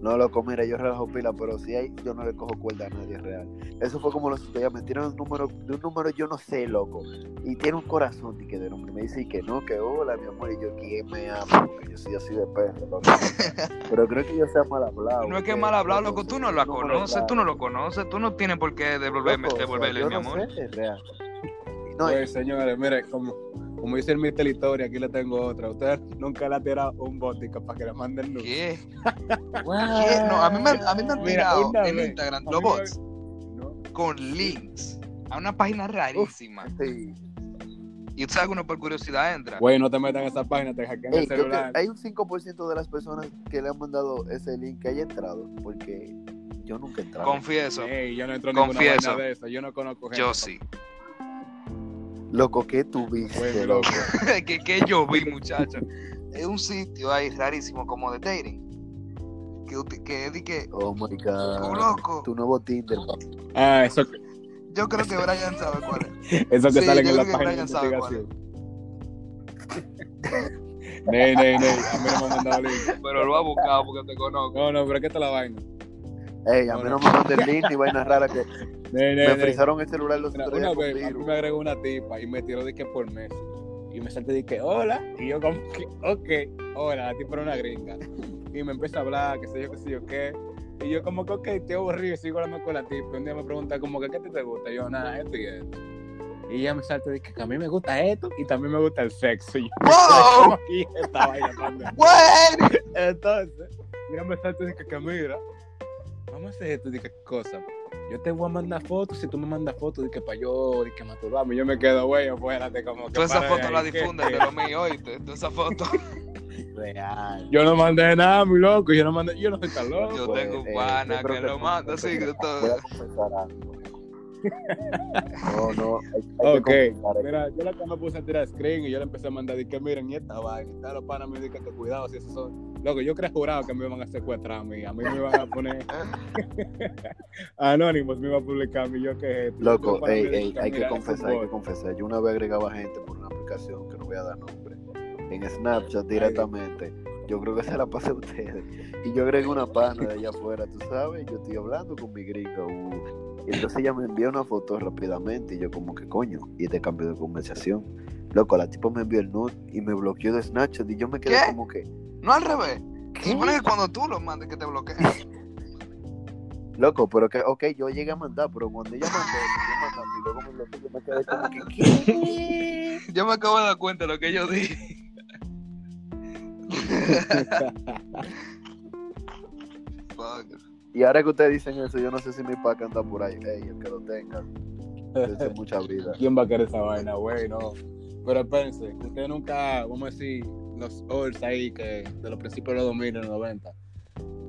S1: No, loco, mira, yo relajo pila, pero si hay, yo no le cojo cuerda a nadie real. Eso fue como los estudiantes, me tiran un número, de un número yo no sé, loco. Y tiene un corazón tique de nombre. Me dice y que no, que hola, mi amor, y yo ¿quién me ama, que yo soy así de perro,
S2: *laughs*
S1: loco. Pero creo que yo sea mal hablado.
S2: No es
S1: porque,
S2: que es mal hablar, loco,
S1: si
S2: tú
S1: es
S2: no
S1: un
S2: la
S1: número
S2: conoces,
S1: raro,
S2: tú no lo conoces, tú no tienes por qué devolverme,
S1: loco, o sea,
S2: devolverle,
S1: yo
S2: mi
S1: no
S2: amor.
S1: sé, real. No,
S3: Pues, señores, mire, como, como dice el Mister Historia, aquí le tengo otra. Usted nunca le ha tirado un botico para que le manden luz.
S2: ¿Qué? ¿Qué? No, a mí me, a mí me han
S3: Mira,
S2: tirado
S3: una
S2: en
S3: vez,
S2: Instagram
S3: a
S2: los
S3: mí me-
S2: bots
S3: No.
S2: con links a una página rarísima.
S1: sí.
S2: Y tú sabes que uno por curiosidad entra.
S3: Güey, no te metas en esa página, te hackean
S1: Ey,
S3: el
S1: creo que
S3: celular.
S1: hay un 5% de las personas que le han mandado ese link que haya entrado, porque yo nunca he entrado.
S2: Confieso,
S3: Ey, yo no entro en
S2: Confieso.
S3: ninguna vaina de eso. Yo no conozco gente.
S2: yo sí. *laughs*
S1: Loco, ¿qué
S2: Pues,
S1: tuviste,
S3: Güey,
S1: loco?
S3: loco.
S2: que, que yo vi, muchacho. Es un sitio ahí rarísimo como de dating. Que, uti- que es de que,
S1: Oh my god.
S2: oh, loco.
S1: Tu nuevo Tinder. papá.
S3: Ah, eso, que-
S2: Yo creo que Brian sabe cuál es.
S3: eso que
S2: Sí,
S3: salen
S2: yo
S3: en la
S2: creo que
S3: página de
S2: Brian sabe cuál
S3: investigación. Ney, ney, ney. A mí no me han mandado link.
S2: Pero lo ha buscado porque te conozco.
S3: No, no, pero es que esta es la vaina.
S1: Ey, a mí no me manden link ni vainas raras
S3: *laughs*
S1: que
S3: Ney, ney,
S1: me
S3: ney.
S1: frizaron el celular los
S3: Mira,
S1: otros
S3: una
S1: días con
S3: vez a mí
S1: virus.
S3: me agregó una tipa y me tiró de que por mes. Y me salté de que hola. Y yo como que, ok, hola, la tipa era una gringa. Y me empieza a hablar, qué sé yo, qué sé yo qué. Y yo como que, ok, estoy aburrido y sigo hablando con la tipa. Un día me pregunta como que, ¿qué te, te gusta? Y yo, nada, esto y esto. Y ella me salta y dice que a mí me gusta esto y también me gusta el sexo. Y yo, *laughs*
S2: ¡Wow!
S3: y esta vaina, pana.
S2: ¡Güey!
S3: Entonces, mira, me salta y dice que mira, vamos a hacer esto, dije, ¿qué cosa? Yo te voy a mandar fotos, si tú me mandas fotos, dije, para yo, dije, masturbarme, yo me quedo, güey, afuérate, como que
S2: Tú esa
S3: para de
S2: foto la
S3: ahí, que-
S2: difundes, pero me oíste. Tú esa foto.
S1: Real.
S3: Yo no mandé nada, mi loco, yo no mandé, yo no soy tan loco.
S2: Yo tengo
S1: Eh,
S2: un pana que lo manda así que
S1: Voy
S2: todo.
S1: a confesar
S3: *laughs*
S1: algo. No, no. hay- hay
S3: Ok,
S1: que confesar, eh.
S3: mira, yo la que me puse a tirar screen y yo le empecé a mandar, dije, miren, y esta vaina, y tal, los panas me dije que cuidado, si esos son... Loco, yo creía jurado que me iban a secuestrar a mí, a mí me iban a poner... *laughs* Anónimos me iba a publicar a mí, yo que...
S1: Loco, ey, ey, hay que confesar, hay que confesar. Yo una vez agregaba gente por una aplicación que no voy a dar nombre. En Snapchat directamente. Yo creo que se la pasé a ustedes. Y yo agregué una pana de allá afuera, tú sabes, yo estoy hablando con mi gringa. uh. Y entonces ella me envió una foto rápidamente y yo como que coño, y este cambio de conversación. Loco, la tipo me envió el nude y me bloqueó de Snapchat y yo me quedé
S2: ¿Qué?
S1: como que...
S2: *laughs* No al revés. Se
S1: ¿qué?
S2: supone que cuando tú lo mandes que te bloqueen. *laughs*
S1: Loco, pero que, ok, yo llegué a mandar, pero cuando ella mandó, yo mandando y luego me bloqueó, yo me quedé como que... ¿qué?
S2: Yo me acabo de dar cuenta de lo que yo dije. Fuck.
S1: Y ahora que ustedes dicen eso, yo no sé si mi pack anda por ahí. Ey, el que lo tenga. Esa es mucha vida.
S3: ¿Quién va a querer esa vaina, güey? No. Pero espérense, que ustedes nunca, vamos a decir, los olds ahí que de los principios de los 2000 y los 90.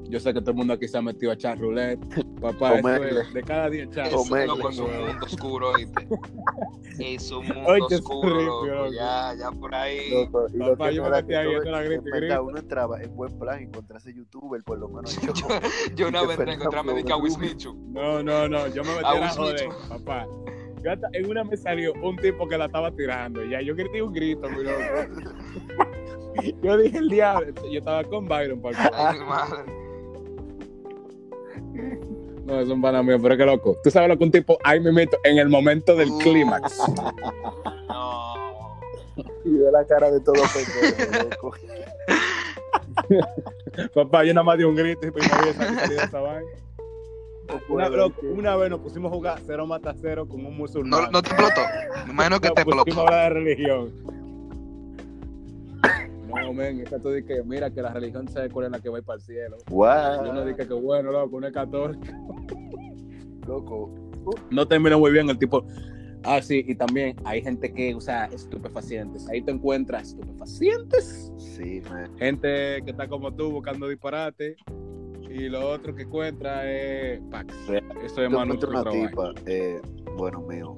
S3: Yo sé que todo el mundo aquí se ha metido a echar roulette. Papá, eso
S1: Omegle.
S3: es de cada 10
S2: *laughs*
S3: chats.
S2: Eso,
S1: Omega.
S2: loco, es un mundo oscuro, oíste.
S3: *laughs*
S2: Es un mundo
S3: Ay, qué
S2: oscuro,
S3: horrible,
S2: loco.
S3: loco.
S2: Ya, ya por ahí.
S1: Loco, y lo
S3: Papá,
S1: que
S3: yo
S1: no
S3: me
S1: era
S3: metí
S1: que
S3: ahí,
S1: todo-
S3: yo la grito y
S1: en verdad,
S3: grito.
S1: uno entraba en buen plan, encontrarse youtuber, por lo menos
S3: *laughs*
S1: yo.
S2: Yo una
S1: Y te
S2: vez
S1: fueron
S2: entré a encontrarme de que a
S1: con un-
S2: Wismichu.
S3: No, no, no, yo me metí
S2: Ah,
S3: a la
S2: Will Smith.
S3: joder, papá. Yo hasta- en una me salió un tipo que la estaba tirando. y Ya, yo grité un grito, mi loco. Yo dije el diablo. Yo estaba con Byron, papá.
S2: Ay, mi madre.
S3: No, es un pana mío, pero qué loco. Tú sabes lo que un tipo ahí me meto en el momento del
S2: Uh,
S3: clímax.
S2: No.
S1: Y veo la cara de todo pendejo, loco.
S3: Papá, yo nada más di un grito y primero había salido
S2: *laughs*
S3: esa vaina. Una, loco, una vez nos pusimos a jugar cero mata cero con un musulmán.
S2: No, no pues, te explotó. Me imagino que
S3: Nos
S2: te
S3: pusimos a
S2: explotó.
S3: hablar de religión.
S2: *coughs*
S3: No, men, es que tú dices, mira, que la religión sabe cuál es la que va a ir para el cielo.
S2: Ah.
S1: Guau,
S3: Yo no dije que bueno, loco, uno es 14.
S1: loco.
S3: No terminó muy bien el tipo. Ah, sí, y también hay gente que usa estupefacientes. Ahí te encuentras estupefacientes.
S1: Sí,
S3: Este
S1: man.
S3: Gente que está como tú buscando disparate. Y lo otro que encuentra es Pax. Eso es
S1: Yo
S3: Manu.
S1: encontré una
S3: otro vaina.
S1: tipa, eh, bueno, mío.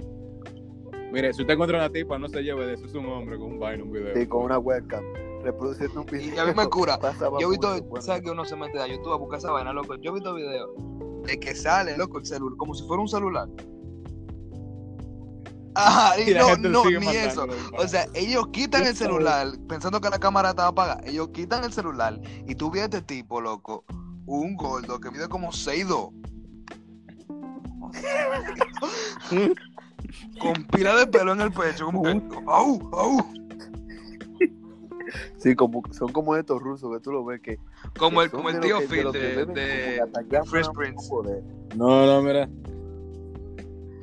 S3: Mire, si usted encuentra una tipa, no se lleve de eso. Es un hombre con un vaina, un video.
S1: Y con una webcam, reproduciendo un
S2: Y
S1: video.
S2: a mí me
S1: *laughs*
S2: cura.
S1: Pasaba
S2: Yo he visto,
S1: mucho, bueno.
S2: ¿sabes que uno se mete a YouTube a buscar esa vaina, loco? Yo he visto videos de que sale, loco, el celular, como si fuera un celular. Ajá, y,
S3: Y la
S2: no,
S3: gente
S2: no,
S3: sigue
S2: ni eso.
S3: mandándolo, hermano.
S2: O sea, ellos quitan el celular, pensando que la cámara estaba apagada, ellos quitan el celular y tú ves a este tipo, loco, un gordo que mide como
S1: *laughs*
S2: 6'2". Con pila de pelo en el pecho, como que, ¡au! ¡au!
S1: Sí, como, son como estos rusos que tú lo ves que.
S2: Como
S1: que
S2: el,
S1: son
S2: como el
S1: de
S2: tío
S1: los que- de
S2: Phil
S1: los que
S2: de,
S1: beben
S2: de
S1: como Gatayama,
S2: Fresh
S1: un
S2: Prince.
S1: poder.
S3: No, no, mira.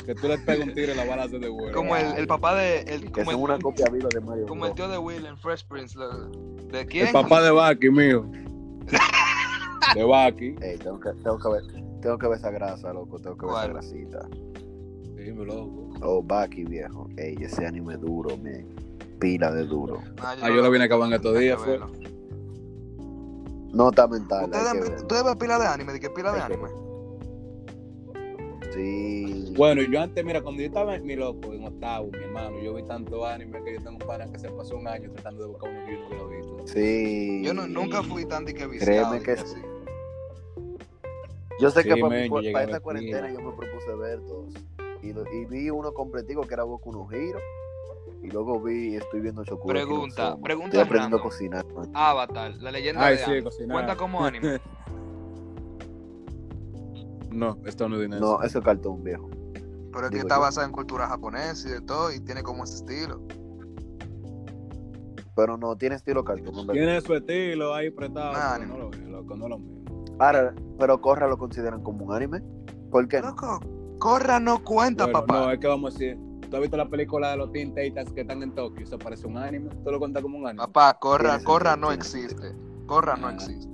S3: Que tú le pegas un tiro y la bala se devuelve.
S2: Como el, el papá de. El,
S1: Que
S2: como,
S1: son
S2: el,
S1: una copia viva de Mario
S2: como el
S1: Bros.
S2: tío de Will en Fresh Prince. lo- ¿De quién?
S3: El papá de Baki, mío. De Baki.
S1: Ey, tengo que, tengo que ver, tengo que ver esa grasa, loco, tengo que ver
S2: ¿Cuál?
S1: esa grasita.
S3: Sí, mi loco.
S1: Oh, Baki, viejo. Ey, ese anime duro, me pila de duro.
S2: No,
S3: Ah, yo lo vine acabando estos
S2: Hay que
S3: días, fue.
S2: verlo.
S1: No está mental,
S2: ¿Ustedes
S1: hay que
S2: han-
S1: verlo.
S2: ¿ustedes ven pila de anime? ¿De qué pila de
S1: Hay que
S2: anime?
S1: Sí.
S3: Bueno, yo antes, mira, cuando yo estaba en mi loco, en octavo, mi hermano, yo vi tanto anime que yo tengo un pana que se pasó un año tratando de buscar uno que yo no hubiera visto.
S1: Sí.
S2: Yo no- nunca fui tan de que viciado.
S1: Créeme
S2: de
S1: que
S2: que
S1: sí. Yo sé
S3: Sí,
S1: que para,
S3: men,
S1: mi-
S3: yo
S1: para
S3: llegué a
S1: esta
S3: ver
S1: cuarentena yo me propuse ver dos. Y, lo- y vi uno completico que era Boku no Hero. Y luego vi, estoy viendo Chocuro.
S2: Pregunta, pregunta
S1: Estoy aprendiendo a
S2: random.
S1: cocinar, man.
S2: Avatar, la leyenda
S3: Ay,
S2: de
S3: sí,
S2: Aang. Cuenta
S3: cocinar.
S2: como anime.
S3: *laughs* No, estadounidense.
S1: No, eso es cartón, viejo.
S2: Pero es que
S1: Digo
S2: está
S1: yo.
S2: basada en cultura japonesa y de todo, y tiene como ese estilo.
S1: Pero no, tiene estilo cartón, en verdad.
S3: Tiene su estilo ahí prestado.
S2: Nah,
S3: pero
S2: anime.
S3: no lo veo, loco, no lo veo.
S1: Ahora, pero Corra lo consideran como un anime. ¿Por qué no?
S2: Loco, Corra no cuenta,
S3: Bueno,
S2: papá.
S3: No, eh. es que vamos a decir. ¿Tú has visto la película de los Teen Titans que están en Tokio? Eso parece un anime. ¿Tú lo cuentas como un anime?
S2: Papá, Corra,
S1: Tiene
S2: Corra
S1: sentido,
S2: no
S1: tiene
S2: existe. Corra no
S3: Ah.
S2: existe.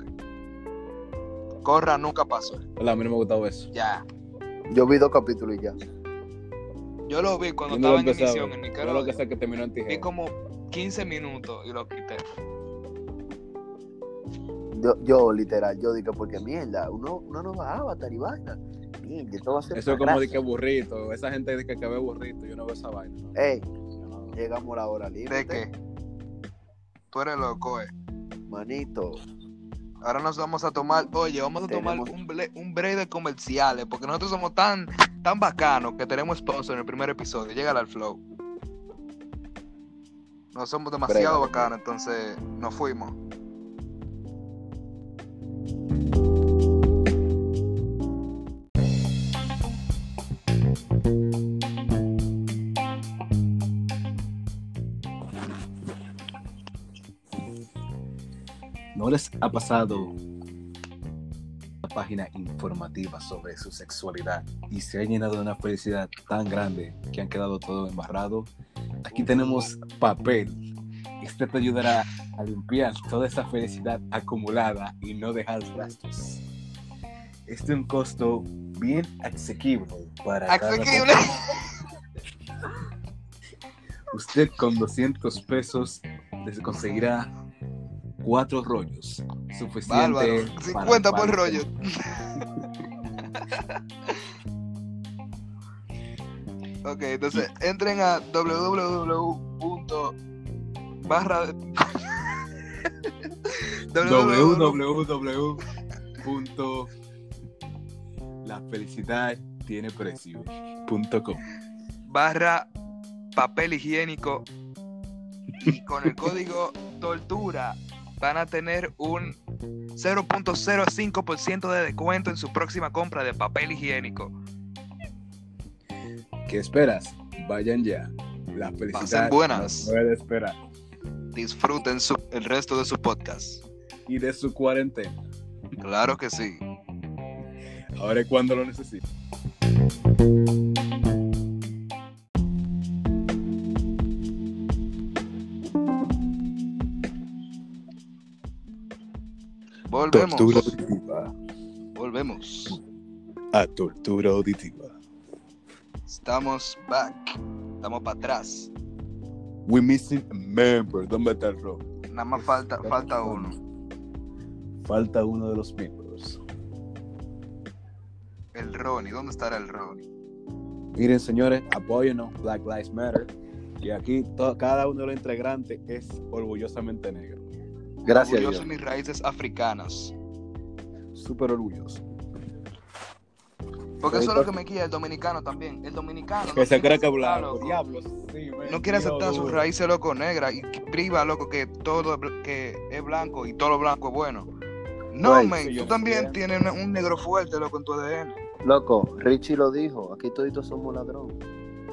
S2: Corra nunca pasó.
S3: Hola, a mí no me ha gustado eso.
S2: Ya.
S1: Yo vi dos capítulos y ya.
S2: Yo lo vi cuando
S3: Yo no lo
S2: estaba en
S3: empecé a
S2: emisión en
S3: ver. Yo lo que
S2: Nicaragua.
S3: sé es que terminó en
S2: Vi
S3: tijera.
S2: como 15 minutos y lo quité.
S1: Yo, yo, literal, yo dije, porque mierda, uno, uno no va a Avatar y vaina. Mierda, esto va a ser.
S3: Eso es
S1: una
S3: como de que
S1: gracia.
S3: burrito. Esa gente dice que, que ve burrito. Yo no veo esa vaina. ¿no?
S1: Ey,
S3: Yo no-
S1: llegamos a la hora libre.
S2: ¿De qué? Tú eres loco, eh.
S1: Manito,
S2: Ahora nos vamos a tomar, oye, vamos a tomar
S1: Tenemos-
S2: un, ble- un break de comerciales, porque nosotros somos tan, tan bacanos que tenemos sponsor en el primer episodio. Llega al flow. No somos demasiado
S1: Brega.
S2: bacanos, entonces nos fuimos.
S3: ¿No les ha pasado una página informativa sobre su sexualidad y se ha llenado de una felicidad tan grande que han quedado todo embarrado? Aquí tenemos papel. Este te ayudará a limpiar toda esa felicidad acumulada y no dejar rastros. Este es un costo bien asequible para cada
S2: Accesible.
S3: Usted con 200 pesos les conseguirá cuatro rollos. Suficiente.
S2: Bárbaro.
S3: para
S2: 50 por rollo.
S3: varios.
S2: ok, entonces entren a www. barra *laughs*
S3: www. punto La felicidad tiene precio. punto com.
S2: barra papel higiénico y con el código tortura van a tener un 0.05% de descuento en su próxima compra de papel higiénico.
S3: ¿Qué esperas? Vayan ya. La felicidad
S2: buenas.
S3: no puede esperar.
S2: Disfruten su- el resto de su podcast.
S3: Y de su cuarentena.
S2: Claro que sí.
S3: Ahora es cuando lo necesito.
S2: Volvemos.
S3: auditiva.
S2: Volvemos.
S3: A tortura auditiva.
S2: Estamos back. Estamos para atrás.
S3: We missing a member. ¿Dónde está el rock?
S2: Nada más falta, falta uno.
S3: Falta uno de los miembros.
S2: El Ronnie. ¿Dónde estará el Ronnie?
S3: Miren, señores, apóyennos, Black Lives Matter. Y aquí to- cada uno de los integrantes es orgullosamente este negro.
S1: gracias a
S2: Orgulloso
S1: Dios.
S2: de mis raíces africanas.
S3: Súper orgulloso.
S2: Porque eso
S3: Soy
S2: es lo
S3: por-
S2: que me quiere el dominicano también. El dominicano. no
S3: Que se
S2: quiere
S3: cree que
S2: aceptar,
S3: blanco.
S2: loco.
S3: Diablos. Sí, men,
S2: No quiere
S3: Dios
S2: aceptar sus
S3: duro.
S2: raíces loco negras y que priva loco que todo es bl- que es blanco y todo lo blanco es bueno. No,
S1: Güey,
S2: men,
S3: sí,
S2: tú
S3: yo
S2: también
S3: entiendo.
S2: tienes una- un negro fuerte loco en tu ADN.
S1: Loco, Richie lo dijo, aquí toditos somos ladrones.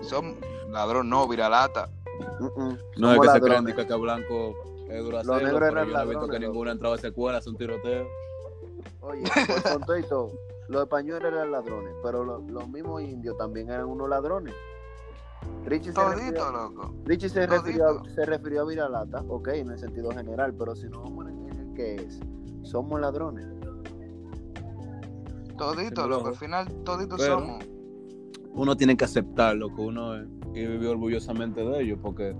S2: Son ladrón, no, viralata.
S1: Mm, mm.
S3: No,
S1: Somos
S3: es que se creen
S1: ladrones.
S3: de que blanco es duracero.
S1: Los negros eran
S3: pero yo no he visto
S1: ladrones, loco.
S3: que ninguno ha entrado a esa escuela, es un tiroteo.
S1: Oye, pues, con todo y todo, los españoles eran ladrones, pero lo- los mismos indios también eran unos ladrones. Richie se refirió,
S2: Todito, loco.
S1: Richie se
S2: todito.
S1: refirió, a- se refirió a Viralata, ok, en el sentido general, pero si no vamos en el que es, somos ladrones.
S2: Todito,
S3: Sí,
S2: loco.
S3: loco.
S2: Al final, todito
S3: Pero-
S2: somos.
S3: Uno tiene que aceptar lo que uno es y vivir orgullosamente de ello, porque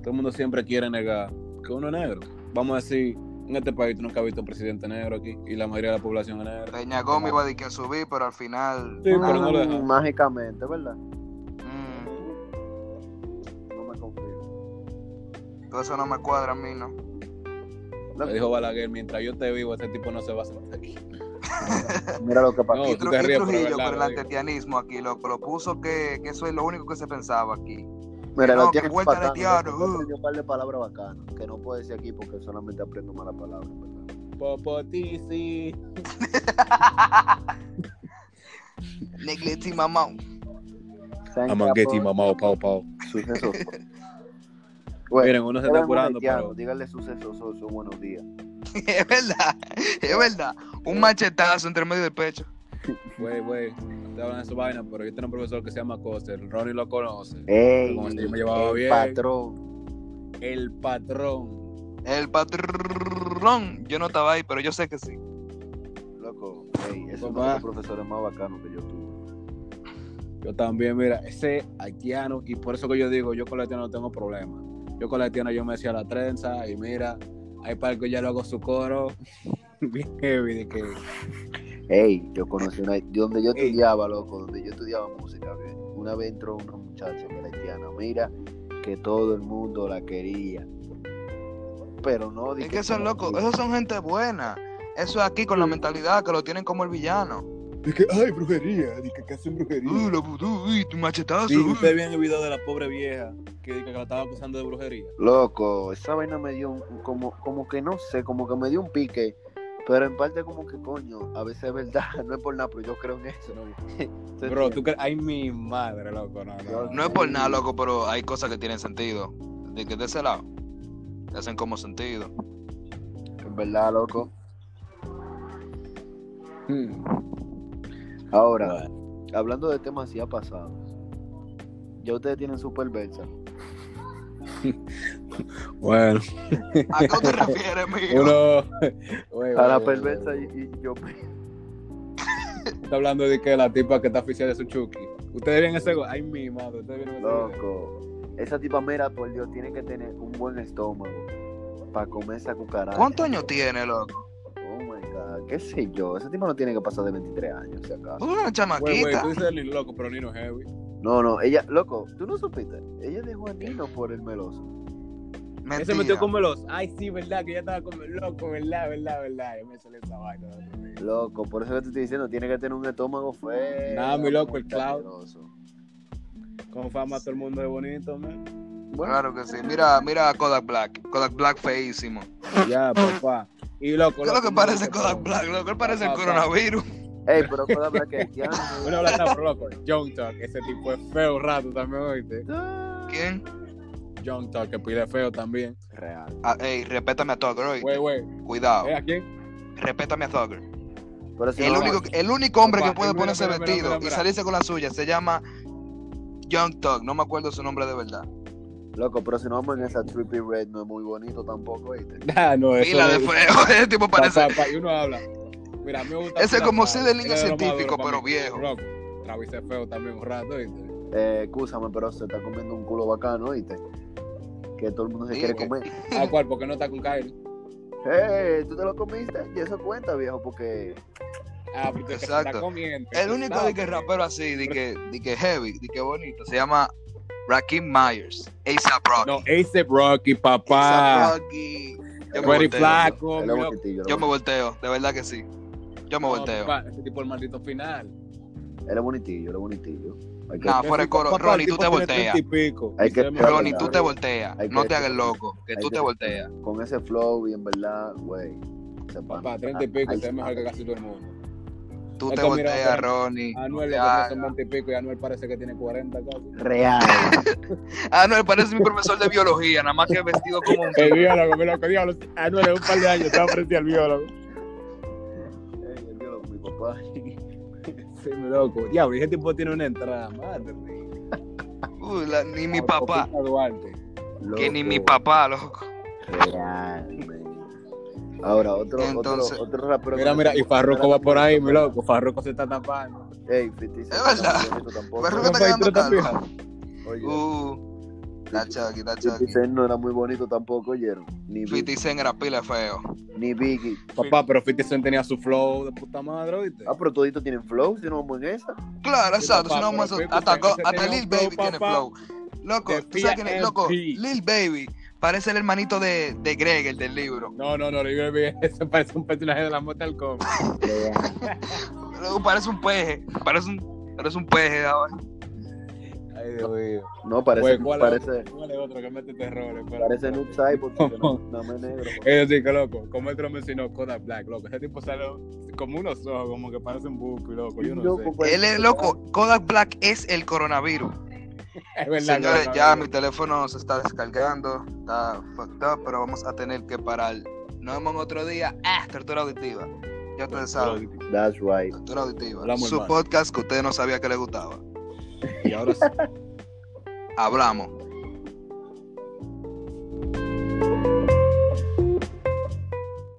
S3: todo el mundo siempre quiere negar que uno es negro. Vamos a decir, en este país tú nunca has visto un presidente negro aquí y la mayoría de la población es negra.
S2: Peña Gómez iba a decir que subí, pero al final.
S3: Sí, pero no lo
S1: Mm,
S3: dejaron.
S1: Mágicamente, ¿verdad?
S2: mm,
S1: No me confío.
S2: todo eso no me cuadra a mí, ¿no?
S1: Loco,
S3: Le dijo Balaguer, mientras yo te vivo, este tipo no se va a salir de aquí.
S1: mira lo que
S3: No,
S1: pasó.
S2: y,
S3: tú
S2: Tru-
S3: te
S2: y
S3: ríes, pero es
S2: Trujillo
S3: verdad,
S2: por el
S3: lo digo.
S2: antetianismo aquí, loco. Lo puso que, que eso es lo único que se pensaba aquí.
S1: mira,
S2: no,
S1: lo
S2: que
S1: tienes
S2: vuelta de
S1: patán,
S2: tiaro,
S1: loco, yo
S2: uh.
S1: aprendí un par de palabras bacanas, que no puedo decir aquí porque solamente aprendo malas palabras, ¿verdad?
S3: Popotisi.
S2: Neglecting mamá.
S1: Thank you, Apple.
S3: *laughs* mamao, pao, pao.
S1: Suceso. Bueno,
S3: Miren, uno se está
S1: eran
S3: apurando,
S1: haitianos,
S3: pero.
S1: Díganle sucesos, son son buenos días.
S2: *laughs* es verdad, es verdad. Un machetazo entre medio del pecho.
S3: Güey, güey. Te hablan de su vaina, pero yo tengo un profesor que se llama Coster. Ronnie lo conoce.
S1: Ey,
S3: Como si yo me llevaba
S1: el
S3: bien.
S1: patrón.
S3: El patrón.
S2: El patrón. Yo no estaba ahí, pero yo sé que sí.
S1: Loco, ey, es uno de
S3: Papá.
S1: los profesores más bacanos que yo tuve.
S3: Yo también, mira, ese haitiano, y por eso que yo digo, yo con la haitiana no tengo problema. Yo con la haitiana yo me hacía la trenza, y mira, hay para que ya lo hago su coro. *laughs* Bien heavy, de que.
S1: Ey, yo conocí una. Donde yo
S3: Ey.
S1: estudiaba, loco, donde yo estudiaba música, que una vez entró una muchacha que era haitiana. Mira, que todo el mundo la quería. Pero no,
S2: Es
S1: dije
S2: que son
S1: no,
S2: locos,
S1: sí.
S2: esos son gente buena. Eso es aquí con la mentalidad que lo tienen como el villano.
S3: Dije, ay, brujería, dije que hacen
S2: Uh,
S3: brujería.
S2: lo vudú, uy, tu
S1: Ah,
S2: machetazo.
S3: Sí,
S2: uy.
S3: ustedes vieron el video de la pobre vieja que, que la estaba acusando de brujería.
S1: Loco, esa vaina me dio un, como, como que no sé, como que me dio un pique. Pero en parte como que coño, a veces es verdad, *laughs* no es por nada, pero yo creo en eso. *laughs*
S3: No,
S1: ¿Se
S3: Bro,
S1: entiende?
S3: tú crees. Ay, mi madre, loco. No, no,
S2: No es por nada, loco, pero hay cosas que tienen sentido. De que de ese lado, te hacen como sentido.
S1: En verdad, loco.
S3: Mm.
S1: Ahora, hablando de temas ya pasados, ya ustedes tienen su perversa.
S3: Bueno,
S2: ¿A qué
S3: *laughs*
S2: te refieres, mijo?
S3: uno. *laughs* Güey,
S1: A la
S3: güey,
S1: perversa
S3: güey.
S1: y, y yo. pues,
S3: Está hablando de que la tipa que está oficial es un chuki. Ustedes vieron ese. go- Ay, mi madre, ustedes vieron ese. video?
S1: Loco, esa tipa mera, por Dios, tiene que tener un buen estómago para comer esa cucaracha.
S2: ¿Cuántos años tiene, loco?
S1: Oh my god, qué sé yo. Esa tipa no tiene que pasar de 23 años, si acaso.
S2: Tú eres una
S3: Güey, pues, güey, tú
S2: chamaquita.
S3: dices Lil loco, pero Nino heavy.
S1: No, no, ella, loco, tú no supiste. Ella dejó a Nino por el meloso.
S3: Él se metió
S2: Mentira.
S3: con Melos. Ay, sí, verdad, que ya estaba con Loco, verdad, verdad, verdad. Yo me salió esa vaina. el otro día.
S1: Loco, por eso que te estoy diciendo, tiene que tener un estómago feo.
S3: Nada, mi loco, el
S1: muy
S3: clavo.
S1: asqueroso.
S3: Con fama todo el mundo es bonito, man.
S1: Bueno,
S2: Claro que sí. Mira, mira a Kodak Black. Kodak Black feísimo.
S3: Ya, papá. Y loco,
S2: ¿Qué es lo
S3: loco,
S2: que
S3: no,
S2: parece
S3: loco,
S2: Kodak
S3: pero-
S2: Black? Lo que parece el
S3: Papá.
S2: coronavirus.
S1: ey, pero con hablar que haitiano.
S2: *laughs*
S3: Bueno, hablando, pero loco. John Talk, ese tipo es feo rato también, oíste.
S2: ¿Quién?
S3: John Talk, que pile feo también.
S1: Real.
S2: Ah, ey, respétame a Thugger, oíste.
S3: Güey, güey.
S2: Cuidado.
S3: ¿Eh, ¿A quién? *laughs*
S2: Respétame a Thugger.
S1: Pero si
S2: El
S1: no,
S2: único, el único hombre que
S3: Papá,
S2: puede
S3: mira,
S2: ponerse
S3: mira, mira,
S2: vestido
S3: mira, mira.
S2: y salirse con la suya se llama Young Thug. No me acuerdo su nombre de verdad.
S1: Loco, pero si no vamos en esa trippy red, no es muy bonito tampoco, ¿viste?
S3: Ah, no, eso
S2: Pila de
S3: es-
S2: feo. *laughs* Ese tipo
S3: Pa,
S2: parece.
S3: pa, pa, y uno habla. Mira, a mí me gusta.
S2: Ese
S3: Pila
S2: como
S3: Travis.
S2: si de línea
S3: Él es lo más
S2: científico,
S3: duro pa'
S2: pero
S3: mí.
S2: viejo.
S3: Loco, Travis es feo también un rato, ¿viste?
S1: Eh, escúchame, pero se está comiendo un culo bacano, ¿viste? Que todo el mundo se
S2: Sí,
S1: quiere
S2: que-
S1: comer.
S3: ¿A cuál? ¿Por qué no está con Kylie?
S1: ¡Ey! ¿Tú te lo comiste? Y eso cuenta, viejo, porque.
S3: Ah, porque se
S2: Exacto.
S3: está comiendo.
S2: El único de que rapero así, de que, de que heavy, de que bonito, se llama Rakim Myers. ASAP Rocky.
S3: No, Ace Rocky, papá.
S2: A$AP Rocky. Yo me
S3: Very
S2: volteo,
S3: flaco.
S1: Él
S3: mi
S1: es
S3: loco.
S1: bonitillo,
S2: Yo me
S1: loco.
S2: volteo, de verdad que sí. Yo me
S3: No,
S2: volteo.
S3: papá, Ese tipo el maldito final.
S1: Él es bonitillo, él es bonitillo. Hay que-
S2: Nah,
S3: Ese
S2: fuera de
S3: tipo-
S2: coro,
S3: papá, el
S2: Ronnie, tú
S3: tipo
S2: te
S3: tiene
S2: volteas.
S3: 30 y pico.
S1: Hay
S3: Y
S1: que-
S3: se me-
S1: Pero
S2: Ronnie, tú te volteas.
S1: Hay
S2: No
S1: que-
S2: te hagas loco, que tú te volteas.
S1: Con ese flow y en verdad, güey. ese
S3: Papá,
S1: pana-
S3: 30 y pico,
S1: Ay,
S3: se ve mejor que casi todo el mundo.
S2: Tú
S3: Es
S2: te
S3: que mira,
S2: volteas,
S3: mira,
S2: Ronnie.
S3: Anuel,
S2: te
S3: Ah, lo que tiene
S2: hagas.
S3: son 20 y pico, y Anuel parece que tiene 40 casi.
S1: *laughs* Real.
S2: Ah, no, él parece mi profesor de biología, nada más que vestido como un.
S3: El biólogo, mi loco, diablo. Anuel, en un par de años estaba frente al biólogo.
S1: Ey, él vio lo- mi papá.
S3: Sí, mi loco. Diablo, ese tipo tiene una entrada, madre.
S2: Uy, uh, la- ni mi
S3: Por
S2: papá.
S3: Pepita Duarte.
S2: Que ni mi
S1: Loco,
S2: papá, loco.
S1: Real, man. Ahora, otro,
S2: Entonces-
S1: otro, otro rapero.
S3: Mira,
S1: que-
S3: mira, y Farruko va por ahí, mi
S1: Espera.
S3: loco. Farruko se está tapando.
S1: Ey, ficticio.
S2: Es verdad.
S1: no, bonito tampoco.
S2: Farruko está
S3: Papá,
S2: quedando
S3: ¿y tú no te
S2: calvo.
S3: fijas?
S1: Oye,
S2: Uh, la Chucky, la Chucky.
S1: 50 Cent no era muy bonito tampoco, oyeron. Ni, Big-
S2: 50 Cent era pila de feo.
S1: ni Biggie.
S3: Papá, pero 50 Cent tenía su flow de puta madre, ¿oíste?
S1: Ah, pero toditos tienen flow, si no vamos en esa.
S2: Claro,
S3: Sí,
S2: exacto.
S3: papá,
S2: Si no vamos a-
S3: pero
S2: hasta,
S3: Fifty Cent
S2: go- hasta
S3: tenía
S2: Lil
S3: un flow,
S2: Baby tiene
S3: papá,
S2: flow. Loco,
S3: de
S2: tú sabes quién es, loco,
S3: P.I.M.P..
S2: Lil Baby parece el hermanito de, de Greg, el del libro.
S3: No, no, no, Lil Baby, *laughs* ese parece un personaje de la Mortal Kombat.
S2: Loco, parece un peje, parece un, parece un peje ahora.
S3: Ay, Dios mío.
S1: No, parece,
S3: Güey, ¿cuál es
S1: parece,
S3: otro? ¿Cuál es otro que mete terrores? Pero-
S1: parece Noob Cyborg, porque
S3: *laughs*
S1: no, no me negro.
S3: Es decir, que loco, como el otro mencionó Kodak Black, loco, ese tipo sale como unos ojos, como que parece un buco, loco, Pues yo no
S1: Loco,
S3: sé.
S1: pues,
S2: Él es loco, Kodak Black es el coronavirus.
S3: Es verdad.
S2: Señores,
S3: que-
S2: ya mi teléfono se está descargando, está fucked up, pero vamos a tener que parar. Nos vemos en otro día. Ah, tortura auditiva. Ya ustedes saben,
S1: That's right.
S2: tortura auditiva.
S3: Hablamos
S2: Su
S3: más.
S2: podcast que usted no sabía que le gustaba.
S3: Y ahora sí.
S2: Hablamos.